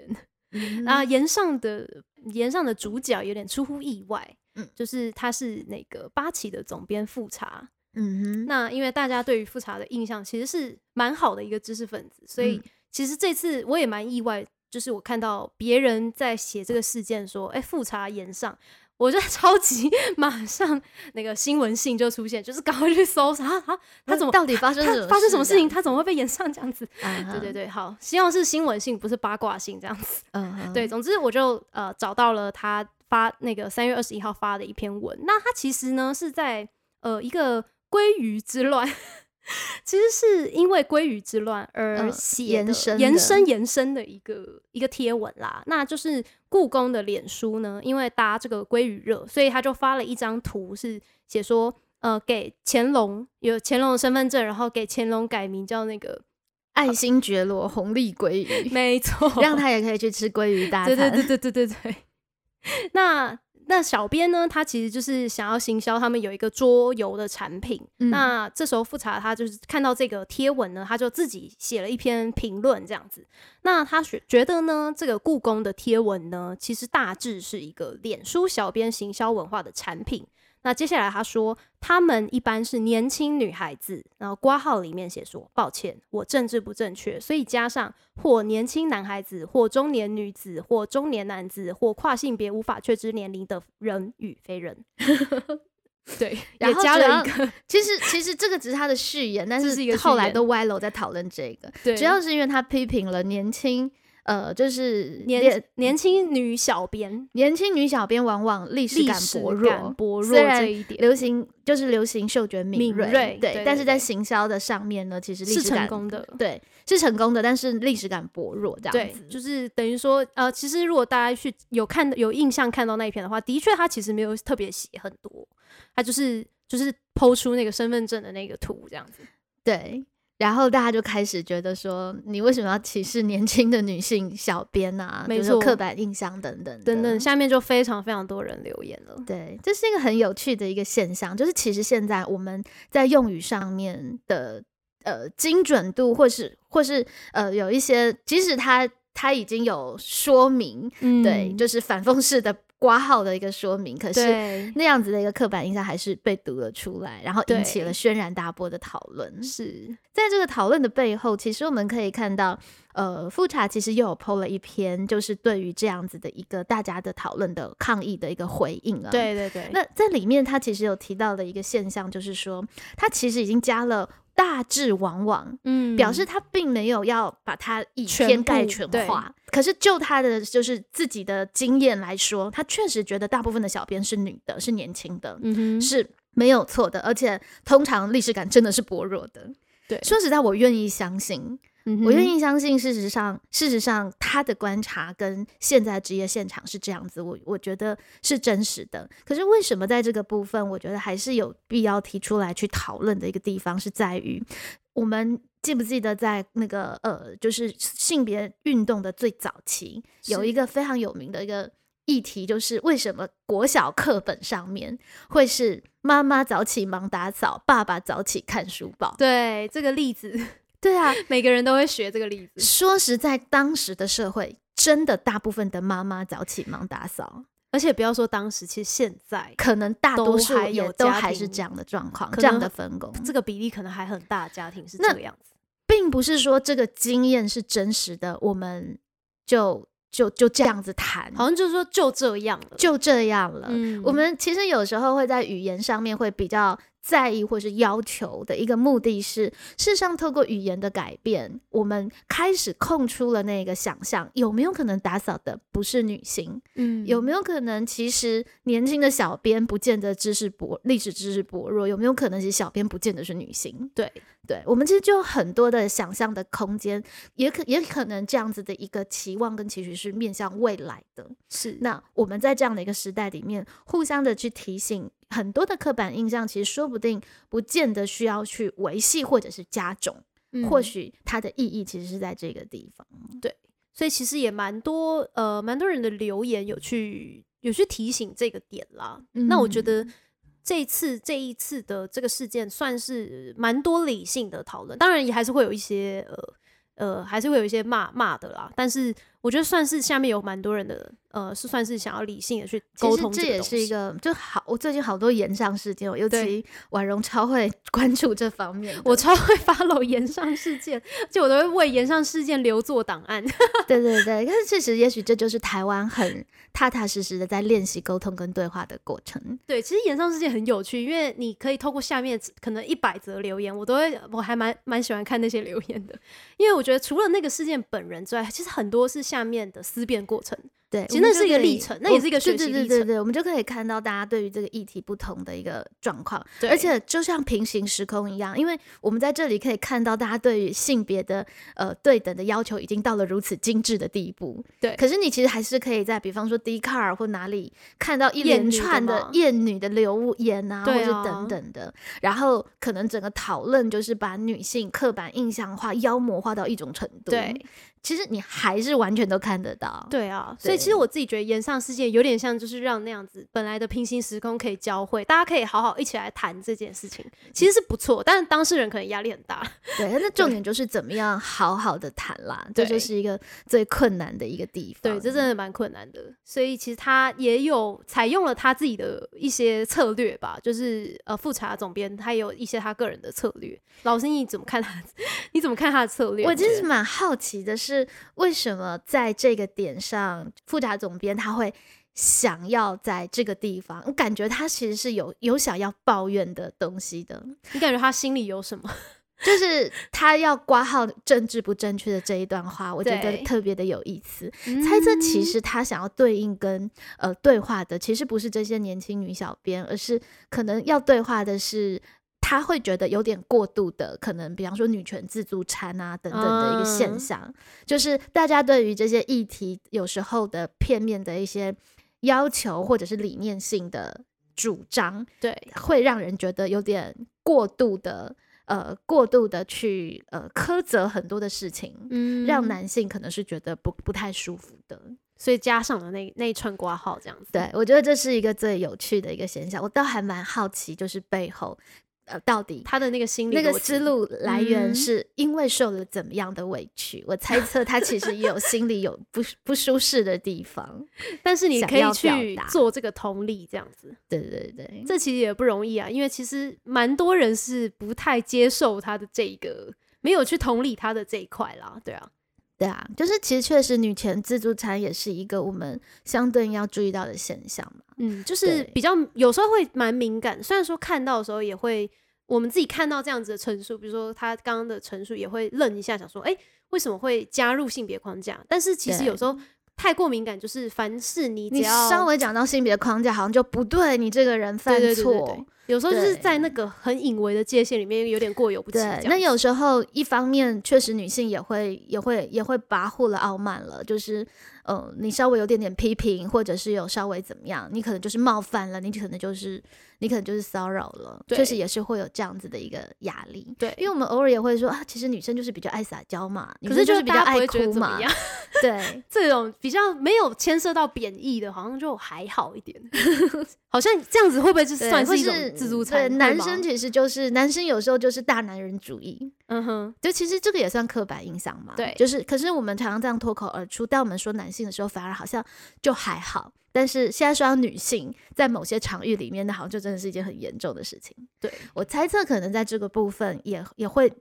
S1: 嗯
S2: 啊，岩上的岩上的主角有点出乎意外，
S1: 嗯
S2: 就是他是那个八旗的总编富察。
S1: 嗯哼，
S2: 那因为大家对于富察的印象其实是蛮好的一个知识分子，所以
S1: 嗯
S2: 其实这次我也蛮意外，就是我看到别人在写这个事件说，哎、富察岩上。我就 超级马上那个新闻信就出现，就是赶快去搜啥啊，他怎
S1: 嗯
S2: 么
S1: 到底发生什
S2: 他
S1: 么
S2: 发生什么
S1: 事啊嗯
S2: 事情，
S1: 这
S2: 他怎么会被延上这样子？
S1: 样？
S2: 对对
S1: 对，
S2: 对，好，希望是新闻信，不是八卦信这样子。
S1: 嗯哼，
S2: 对，总之我就呃找到了他发那个三月二十一号发的一篇文。那他其实呢是在呃一个鲑鱼之乱， 其实是因为鲑鱼之乱而
S1: 嗯
S2: 写
S1: 延
S2: 的、
S1: 伸
S2: 延
S1: 的
S2: 伸延伸的一个一个贴文啦。那就是故宫的脸书呢，因为搭这个鲑鱼热，所以他就发了一张图，是写说呃给乾隆有乾隆的身份证，然后给乾隆改名叫 那个，
S1: 爱新觉罗红利鲑鱼，
S2: 没错，
S1: 让他也可以去吃鲑鱼大餐。
S2: 对对对对对对对。 那那小编呢，他其实就是想要行销他们有一个桌游的产品。
S1: 嗯
S2: 那这时候富察他就是看到这个贴文呢，他就自己写了一篇评论这样子。那他觉觉得呢，这个故宫的贴文呢，其实大致是一个脸书小编行销文化的产品。那接下来他说，他们一般是年轻女孩子，然后挂号里面写说，抱歉，我政治不正确，所以加上或年轻男孩子，或中年女子，或中年男子，或跨性别无法确知年龄的人与非人。 对，
S1: 然
S2: 也
S1: 后
S2: 加
S1: 只
S2: 了
S1: 要
S2: 一个，
S1: 其实其实这个只是他的序言，但
S2: 这是一个
S1: 是
S2: 序
S1: 后来
S2: 言
S1: 都歪楼在讨论这个，
S2: 对，
S1: 主要是因为他批评了年轻呃，就是
S2: 年年轻女小编
S1: 年轻女小编往往历史
S2: 历
S1: 感
S2: 史
S1: 薄弱，
S2: 感薄弱
S1: 虽然
S2: 这一点，
S1: 流行就是流行嗅觉敏
S2: 敏
S1: 锐，
S2: 锐
S1: 对，
S2: 对
S1: 但
S2: 对
S1: 是在
S2: 对
S1: 行销的上面呢，其实历
S2: 是
S1: 史
S2: 成
S1: 感
S2: 功的。
S1: 对是成功的，但是历史感薄弱这样
S2: 对
S1: 子，。
S2: 就是等于说，呃，其实如果大家去有看有印象看到那一篇的话，的确他其实没有特别写很多，他就是就是剖出那个身份证的那个图这样子。
S1: 对，然后大家就开始觉得说，你为什么要歧视年轻的女性小编啊？
S2: 没
S1: 就是有
S2: 错
S1: 刻板印象等等
S2: 等
S1: 的
S2: 等，下面就非常非常多人留言了。
S1: 对，这是一个很有趣的一个现象，就是其实现在我们在用语上面的呃精准度，或是或是呃有一些，即使它它已经有说明，
S2: 嗯
S1: 对，就是反讽式的挂号的一个说明，可是
S2: 对，
S1: 那样子的一个刻板印象还是被读了出来，然后引起
S2: 对
S1: 了轩然大波的讨
S2: 嗯
S1: 论。
S2: 是
S1: 在这个讨论的背后，其实我们可以看到，呃，富察其实又有 PO 了一篇，就是对于这样子的一个大家的讨论的抗议的一个回应啊。
S2: 对对对，
S1: 那在里面，他其实有提到的一个现象，就是说，他其实已经加了大致往往，
S2: 嗯
S1: 表示他并没有要把它以
S2: 全
S1: 偏概
S2: 部
S1: 全
S2: 对
S1: 化。可是就他的就是自己的经验来说，他确实觉得大部分的小编是女的，是年轻的，
S2: 嗯哼
S1: 是没有错的，而且通常历史感真的是薄弱的。
S2: 对嗯
S1: 说实在，我愿意相信，我愿，意相信，事实上，事实上，他的观察跟现在职业现场是这样子，我我觉得是真实的。可是为什么在这个部分，我觉得还是有必要提出来去讨论的一个地方，是在于我们记不记得在那个呃，就是性别运动的最早期，有
S2: 是
S1: 一个非常有名的一个议题，就是为什么国小课本上面会是妈妈早起忙打扫，爸爸早起看书报？
S2: 对这个例子，
S1: 对啊，
S2: 每个人都会学这个例子，
S1: 说实在，当时的社会真的大部分的妈妈早起忙打扫，
S2: 而且不要说当时，其实现在
S1: 可能大多数
S2: 都还
S1: 也
S2: 有
S1: 都
S2: 家
S1: 还是
S2: 庭
S1: 这样的状况，
S2: 可
S1: 这样
S2: 能
S1: 的分工，
S2: 这个比例可能还很大，家庭是
S1: 那
S2: 这个样子。
S1: 并不是说这个经验是真实的，我们就就就这样子谈，
S2: 好像就是说就这样了，
S1: 就这样了。
S2: 嗯
S1: 我们其实有时候会在语言上面会比较在意或是要求的一个目的是，事实上透过语言的改变，我们开始空出了那个想象，有没有可能打扫的不是女性？
S2: 嗯
S1: 有没有可能其实年轻的小编不见得知识薄，历史知识薄弱？有没有可能其实小编不见得是女性？
S2: 对
S1: 对，我们其实就有很多的想象的空间，也可也可能这样子的一个期望跟期许是面向未来的。
S2: 是
S1: 那我们在这样的一个时代里面，互相的去提醒，很多的刻板印象其实说不定不见得需要去维系或者是加重，或
S2: 嗯
S1: 许它的意义其实是在这个地方。
S2: 所以其实也蛮多呃，蛮多人的留言有去有去提醒这个点啦。那我觉
S1: 嗯
S2: 得这一次这一次的这个事件算是蛮多理性的讨论，当然也还是会有一些呃呃，还是会有一些骂骂的啦。但是我觉得算是下面有蛮多人的呃，是算是想要理性的去
S1: 其
S2: 沟
S1: 实
S2: 通
S1: 这
S2: 个
S1: 也
S2: 东
S1: 是一
S2: 西
S1: 个就好，我最近好多延上事件哦，尤
S2: 对
S1: 其婉容超会 关注这方面的。
S2: 我超会 follow 延上事件，就我都会为延上事件留作档案。
S1: 对对对，但是确实，也许这就是台湾很踏踏实实的在练习沟通跟对话的过程。
S2: 对，其实演上世界很有趣，因为你可以透过下面可能一百则留言，我都会，我还蛮蛮喜欢看那些留言的，因为我觉得除了那个事件本人之外，其实很多是下面的思辨过程。
S1: 对，
S2: 其实
S1: 我们
S2: 那是
S1: 就
S2: 一个
S1: 可
S2: 历
S1: 以
S2: 程那
S1: 我
S2: 也是一个学习
S1: 对对对
S2: 历
S1: 对
S2: 程
S1: 对，我们就可以看到大家对于这个议题不同的一个状况，
S2: 对
S1: 而且就像平行时空一样，因为我们在这里可以看到大家对于性别的呃对等的要求已经到了如此精致的地步。
S2: 对
S1: 可是你其实还是可以在比方说 d c a r 或哪里看到一
S2: 厌
S1: 连
S2: 女的
S1: 串的
S2: 嘛
S1: 厌女的留言啊，或
S2: 对
S1: 是
S2: 啊
S1: 等等的，然后可能整个讨论就是把女性刻板印象化、妖魔化到一种程度。
S2: 对，
S1: 其实你还是完全都看得到。
S2: 对啊，所以其实
S1: 对
S2: 我自己觉得演上世界有点像，就是让那样子本来的平行时空可以交汇，大家可以好好一起来谈这件事情，其实是不错，但是当事人可能压力很大。
S1: 对，那重点就是怎么样好好的谈啦，这就
S2: 对
S1: 是一个最困难的一个地方。
S2: 对，这真的蛮困难的。所以其实他也有采用了他自己的一些策略吧，就是呃，复查总编他也有一些他个人的策略。老师，你怎么看他？ 你怎么看他的策略？
S1: 我
S2: 你
S1: 其
S2: 觉
S1: 实
S2: 得
S1: 蛮好奇的是，为什么在这个点上，复查总编他会想要在这个地方，我感觉他其实是有有想要抱怨的东西的，
S2: 你感觉他心里有什么？
S1: 就是他要挂号政治不正确的这一段话，我觉得
S2: 对
S1: 特别的有意思。 猜测其
S2: 嗯
S1: 实他想要对应跟呃对话的，其实不是这些年轻女小编，而是可能要对话的是。他会觉得有点过度的，可能比方说女权自助餐啊等等的一个现
S2: 嗯
S1: 象，就是大家对于这些议题有时候的片面的一些要求或者是理念性的主张，
S2: 对
S1: 会让人觉得有点过度的呃过度的去呃苛责很多的事情，
S2: 嗯
S1: 让男性可能是觉得不不太舒服的。
S2: 所以加上了那那一串挂号这样子。
S1: 对，我觉得这是一个最有趣的一个现象，我倒还蛮好奇，就是背后呃到底。
S2: 他的那个心理
S1: 那个
S2: 逻辑
S1: 思，路来源
S2: 嗯
S1: 是因为受了怎么样的委屈？我猜测他其实也有心里有不不舒适的地方。
S2: 但是你
S1: 想
S2: 可以
S1: 要表
S2: 去
S1: 达嗯
S2: 做这个同理这样子。
S1: 对对对，
S2: 这其实也不容易啊，因为其实蛮多人是不太接受他的这一个，没有去同理他的这一块啦，对啊，
S1: 对啊，就是其实确实女权自助餐也是一个我们相对应要注意到的现象嘛。
S2: 嗯，就是
S1: 对
S2: 比较有时候会蛮敏感，虽然说看到的时候也会，我们自己看到这样子的陈述，比如说他刚刚的陈述也会愣一下，想说，哎、为什么会加入性别框架？但是其实
S1: 对
S2: 有时候太过敏感，就是凡事你只
S1: 你
S2: 要
S1: 稍微讲到性别框架，好像就不对，你这个人犯
S2: 对
S1: 错。
S2: 对对对对，有时候就是
S1: 对
S2: 在那个很隐微的界限里面有点过犹不及这样
S1: 对
S2: 子。，
S1: 那有时候一方面确实女性也会也会也会跋扈了、傲慢了，就是嗯、呃你稍微有点点批评，或者是有稍微怎么样，你可能就是冒犯了，你可能就是你可能就是骚扰了，
S2: 对
S1: 确实也是会有这样子的一个压力。
S2: 对，
S1: 因为我们偶尔也会说啊，其实女生就是比较爱撒娇嘛，女
S2: 可
S1: 生
S2: 是
S1: 就是比
S2: 大
S1: 较
S2: 家不
S1: 爱
S2: 会觉得
S1: 哭
S2: 怎么
S1: 嘛
S2: 样。，
S1: 对，
S2: 这种比较没有牵涉到贬义的，好像就还好一点。 好像这样子会不会就
S1: 对
S2: 算
S1: 或
S2: 一种自助餐？
S1: 对，
S2: 会
S1: 男
S2: 吗
S1: 生其实就是男生有时候就是大男人主义，
S2: 嗯哼，
S1: 就其实这个也算刻板印象嘛。
S2: 对
S1: 就是可是我们常常这样脱口而出，当我们说男性的时候，反而好像就还好。但是现在说到女性，在某些场域里面，那好像就真的是一件很严重的事情。
S2: 对
S1: 我猜测，可能在这个部分也也会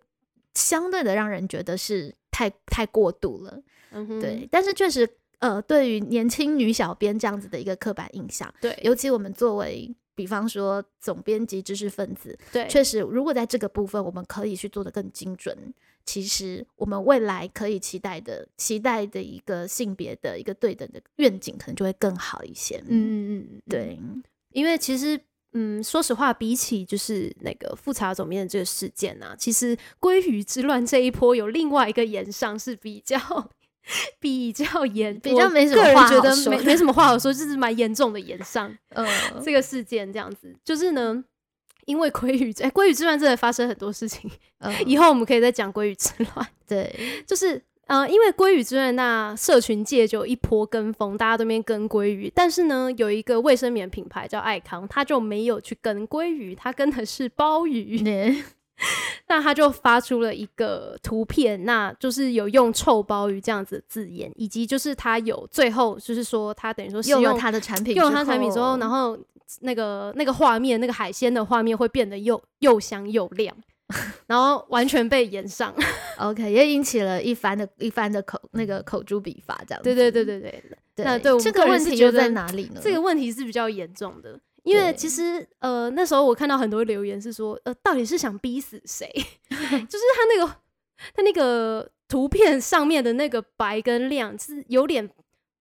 S1: 相对的让人觉得是太太过度了。
S2: 嗯哼，
S1: 对，但是确实，呃，对于年轻女小编这样子的一个刻板印象，
S2: 对，
S1: 尤其我们作为比方说总编辑、知识分子，
S2: 对，
S1: 确实，如果在这个部分我们可以去做的更精准，其实我们未来可以期待的、期待的一个性别的一个对等的愿景，可能就会更好一些。
S2: 嗯，嗯嗯，嗯，
S1: 对，
S2: 因为其实。嗯，说实话，比起就是那个复查总编的这个事件啊，其实鲑鱼之乱这一波有另外一个延上是比较 比较严，
S1: 比较
S2: 我
S1: 没什么
S2: 个人
S1: 话
S2: 觉
S1: 好
S2: 得
S1: 说
S2: 没
S1: 的
S2: 没什么话 好说，就是蛮严重的延上。
S1: 呃，
S2: 这个事件这样子，就是呢，因为鲑鱼，哎、鲑鱼之乱真的发生很多事情，
S1: 呃
S2: 以后我们可以再讲鲑鱼之乱。
S1: 对，
S2: 就是呃，因为鲑鱼之乱，那社群界就有一波跟风，大家都在那边跟鲑鱼，但是呢，有一个卫生棉品牌叫爱康，他就没有去跟鲑鱼，他跟的是鲍鱼。
S1: 对，
S2: 那他就发出了一个图片，那就是有用“臭鲍鱼”这样子的字眼，以及就是他有最后就是说他等于说是
S1: 用了
S2: 用
S1: 他的产品，
S2: 用了它产品之后，然后那个那个画面，那个海鲜的画面会变得又又香又 亮，然后完全被延上。
S1: OK 也引起了一番的一番的口那个口诛笔伐，这样
S2: 对对对对对，
S1: 对
S2: 那对我
S1: 这
S2: 们
S1: 个
S2: 个人
S1: 问
S2: 是
S1: 题
S2: 觉
S1: 又在
S2: 得
S1: 哪里呢？
S2: 这个问题是比较严重的。因为
S1: 对
S2: 其实，呃，那时候我看到很多留言是说，呃，到底是想逼死谁？ 就是他那个他那个图片上面的那个白跟亮是有点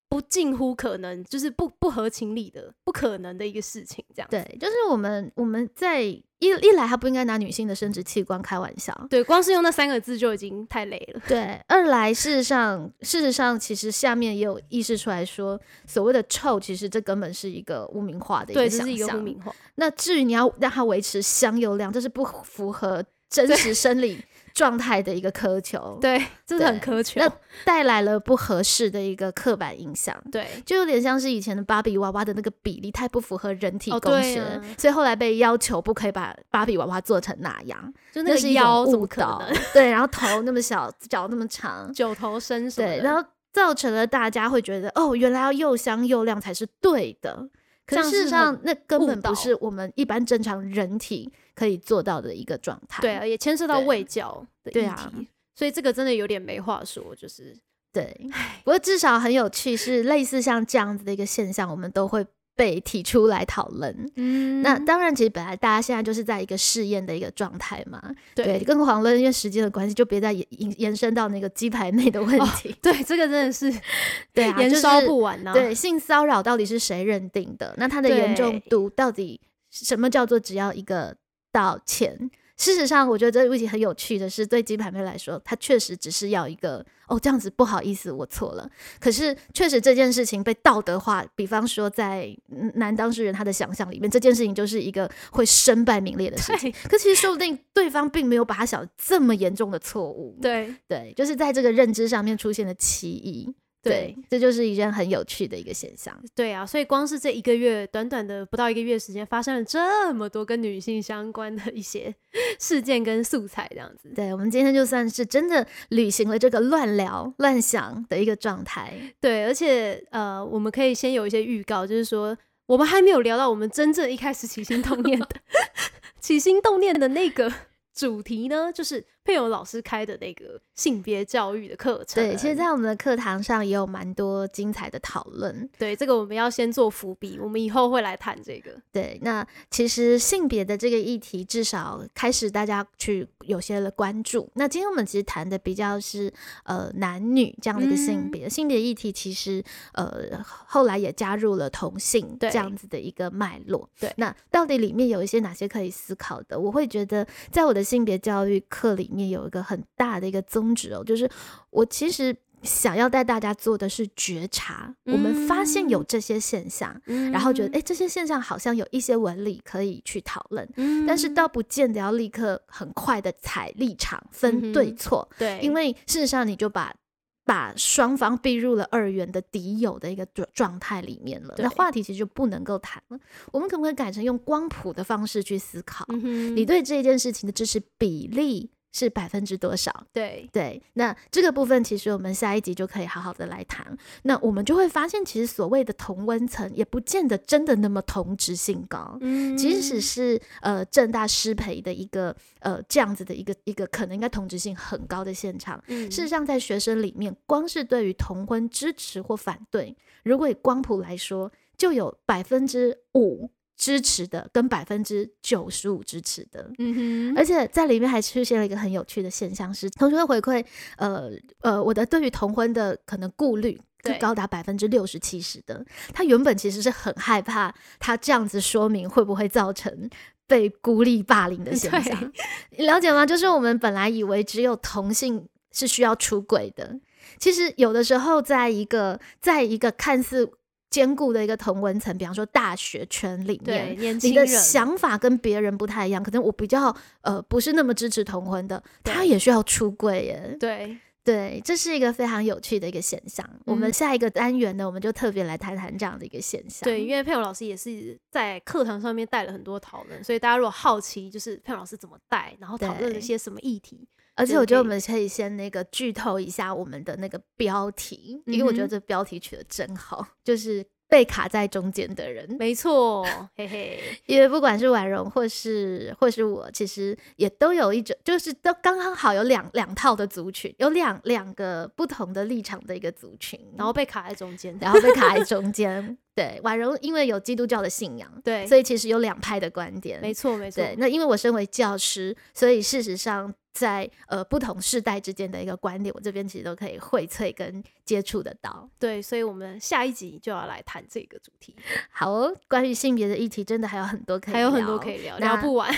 S2: 不近乎可能，就是不不合情理的、不可能的一个事情，这样子
S1: 对，就是我们我们在一一来，他不应该拿女性的生殖器官开玩笑，
S2: 对，光是用那三个字就已经太累了。
S1: 对，二来事实上，事实上，其实下面也有意识出来说，所谓的臭，其实这根本是一个污名化的一
S2: 对，
S1: 个
S2: 这
S1: 想
S2: 是一个污
S1: 象。
S2: 名化。
S1: 那至于你要让它维持香油量，这是不符合真实生理状态的一个苛求，
S2: 对，这是
S1: 对
S2: 很苛求
S1: 那。带来了不合适的一个刻板印象。
S2: 对，
S1: 就有点像是以前的芭比娃娃的那个比例太不符合人体
S2: 哦
S1: 工
S2: 对
S1: 学，
S2: 啊
S1: 所以后来被要求不可以把芭比娃娃做成那样，
S2: 就那
S1: 那
S2: 个
S1: 是一种
S2: 腰怎
S1: 误
S2: 么可
S1: 导
S2: 能？。
S1: 对，然后头那么小，脚那么长，
S2: 九头身什么
S1: 对，
S2: 的？
S1: 然后造成了大家会觉得哦，原来要又香又亮才是对的。可是
S2: 这样
S1: 事实
S2: 是
S1: 上，那根
S2: 误
S1: 本不
S2: 导
S1: 是我们一般正常人体可以做到的一个状态。
S2: 对啊，也牵涉到
S1: 对
S2: 胃教的
S1: 对
S2: 议
S1: 啊
S2: 题，所以这个真的有点没话说，就是
S1: 对，不过至少很有趣，是类似像这样子的一个现象，我们都会被提出来讨论。
S2: 嗯
S1: 那当然，其实本来大家现在就是在一个试验的一个状态嘛，对，
S2: 对
S1: 更遑论因为时间的关系，就别再延延延伸到那个鸡排妹的问
S2: 哦
S1: 题，
S2: 对，这个真的是
S1: 对 啊，
S2: 延
S1: 就
S2: 烧
S1: 是
S2: 不完呐。
S1: 对，性骚扰到底是谁认定的？那它的严重度到底什么叫做只要一个道歉？事实上，我觉得这个问题很有趣的是，对鸡排妹来说，她确实只是要一个哦，这样子不好意思，我错了。可是，确实这件事情被道德化，比方说在嗯男当事人他的想象里面，这件事情就是一个会身败名裂的事情。可其实，说不定对方并没有把它想得这么严重的错误。
S2: 对
S1: 对，就是在这个认知上面出现了歧义。对
S2: 对，
S1: 这就是一件很有趣的一个现象。
S2: 对啊，所以光是这一个月短短的不到一个月时间，发生了这么多跟女性相关的一些事件跟素材，这样子。
S1: 对我们今天就算是真的履行了这个乱聊乱想的一个状态。
S2: 对，而且呃，我们可以先有一些预告，就是说我们还没有聊到我们真正一开始起心动念的 起心动念的那个主题呢，就是佩友老师开的那个性别教育的课程。
S1: 对，其实，在我们的课堂上也有蛮多精彩的讨论。
S2: 对这个我们要先做伏笔，我们以后会来谈这个。
S1: 对，那其实性别的这个议题，至少开始大家去有些了关注。那今天我们其实谈的比较是呃男女这样的一个性
S2: 嗯
S1: 别、性别议题，其实呃后来也加入了同性这
S2: 对
S1: 样子的一个脉络。
S2: 对
S1: 那到底里面有一些哪些可以思考的？我会觉得在我的性别教育课里面有一个很大的一个宗旨哦，就是我其实。想要带大家做的是觉察，我们发现有
S2: 嗯
S1: 这些现象，然后觉得，哎、这些现象好像有一些纹理可以去讨论，
S2: 嗯
S1: 但是倒不见得要立刻很快的踩立场分
S2: 嗯
S1: 对
S2: 哼
S1: 错，
S2: 对，
S1: 因为事实上你就把把双方避入了二元的敌友的一个状状态里面了，那
S2: 对
S1: 话题其实就不能够谈了。我们可不可以改成用光谱的方式去思考？
S2: 嗯哼
S1: 你对这件事情的支持比例是百分之多少？
S2: 对
S1: 对，那这个部分其实我们下一集就可以好好的来谈。那我们就会发现，其实所谓的同温层也不见得真的那么同质性高。
S2: 嗯
S1: 即使是呃正大师培的一个呃这样子的一个一个可能应该同质性很高的现场，
S2: 嗯
S1: 事实上在学生里面，光是对于同婚支持或反对，如果以光谱来说，就有百分之五支持的跟百分之九十五支持的。
S2: 嗯
S1: 而且在里面还出现了一个很有趣的现象是，同学会回馈，呃呃，我的对于同婚的可能顾虑是
S2: 对
S1: 高达百分之六十七十的。他原本其实是很害怕他这样子说明会不会造成。被孤立霸凌的现象，你 了解吗？就是我们本来以为只有同性是需要出轨的，其实有的时候在一个在一个看似坚固的一个同文层，比方说大学圈里面
S2: 对，，年
S1: 你
S2: 轻
S1: 的
S2: 人
S1: 想法跟别人不太一样，可能我比较呃不是那么支持同婚的，
S2: 对
S1: 他也需要出柜耶。
S2: 对，
S1: 对，这是一个非常有趣的一个现象。我们
S2: 嗯
S1: 下一个单元呢，我们就特别来谈谈这样的一个现象。
S2: 对，因为佩友老师也是在课堂上面带了很多讨论，所以大家如果好奇，就是佩友老师怎么带，然后讨论了
S1: 对
S2: 些什么议题，
S1: 而且我觉得我
S2: 可以
S1: 们可以先那个剧透一下我们的那个标题，因为我觉得
S2: 嗯哼
S1: 这标题取得真好，就是被卡在中间的人。
S2: 没错，嘿嘿，
S1: 因为不管是婉容或是或是我，其实也都有一种，就是都刚刚好有两两套的族群，有两两个不同的立场的一个族群，
S2: 然 后被卡在中间，
S1: 然后被 卡在中间。对，婉容因为有基督教的信仰，
S2: 对，
S1: 所
S2: 以
S1: 以其实有两派的观点。
S2: 没错没错，
S1: 对，那因为我身为教师，所以事实上在呃不同世代之间的一个观点，我这边其实都可以荟萃跟接触得到。
S2: 对，所以我们下一集就要来谈这个主题，
S1: 好哦，关于性别的议题，真的还有很多可以
S2: 还有很多
S1: 聊
S2: 可以聊，
S1: 那
S2: 聊不完，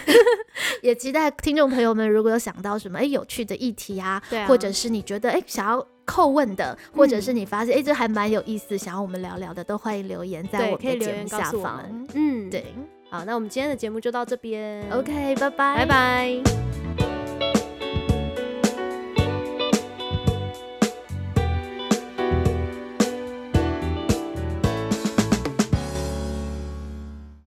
S1: 也期待听众朋友们，如果有想到什么哎有趣的议题啊，
S2: 对啊
S1: 或者是你觉得哎想要叩问的，或者
S2: 嗯
S1: 是你发现哎这还蛮有意思，想要我们聊聊的，都欢迎留言在
S2: 对，
S1: 我
S2: 可以
S1: 们的
S2: 留
S1: 节目
S2: 言告
S1: 下
S2: 诉我
S1: 方
S2: 们。，嗯，
S1: 对
S2: 好，那我们今天的节目就到这边
S1: ，OK，拜拜，
S2: 拜。拜。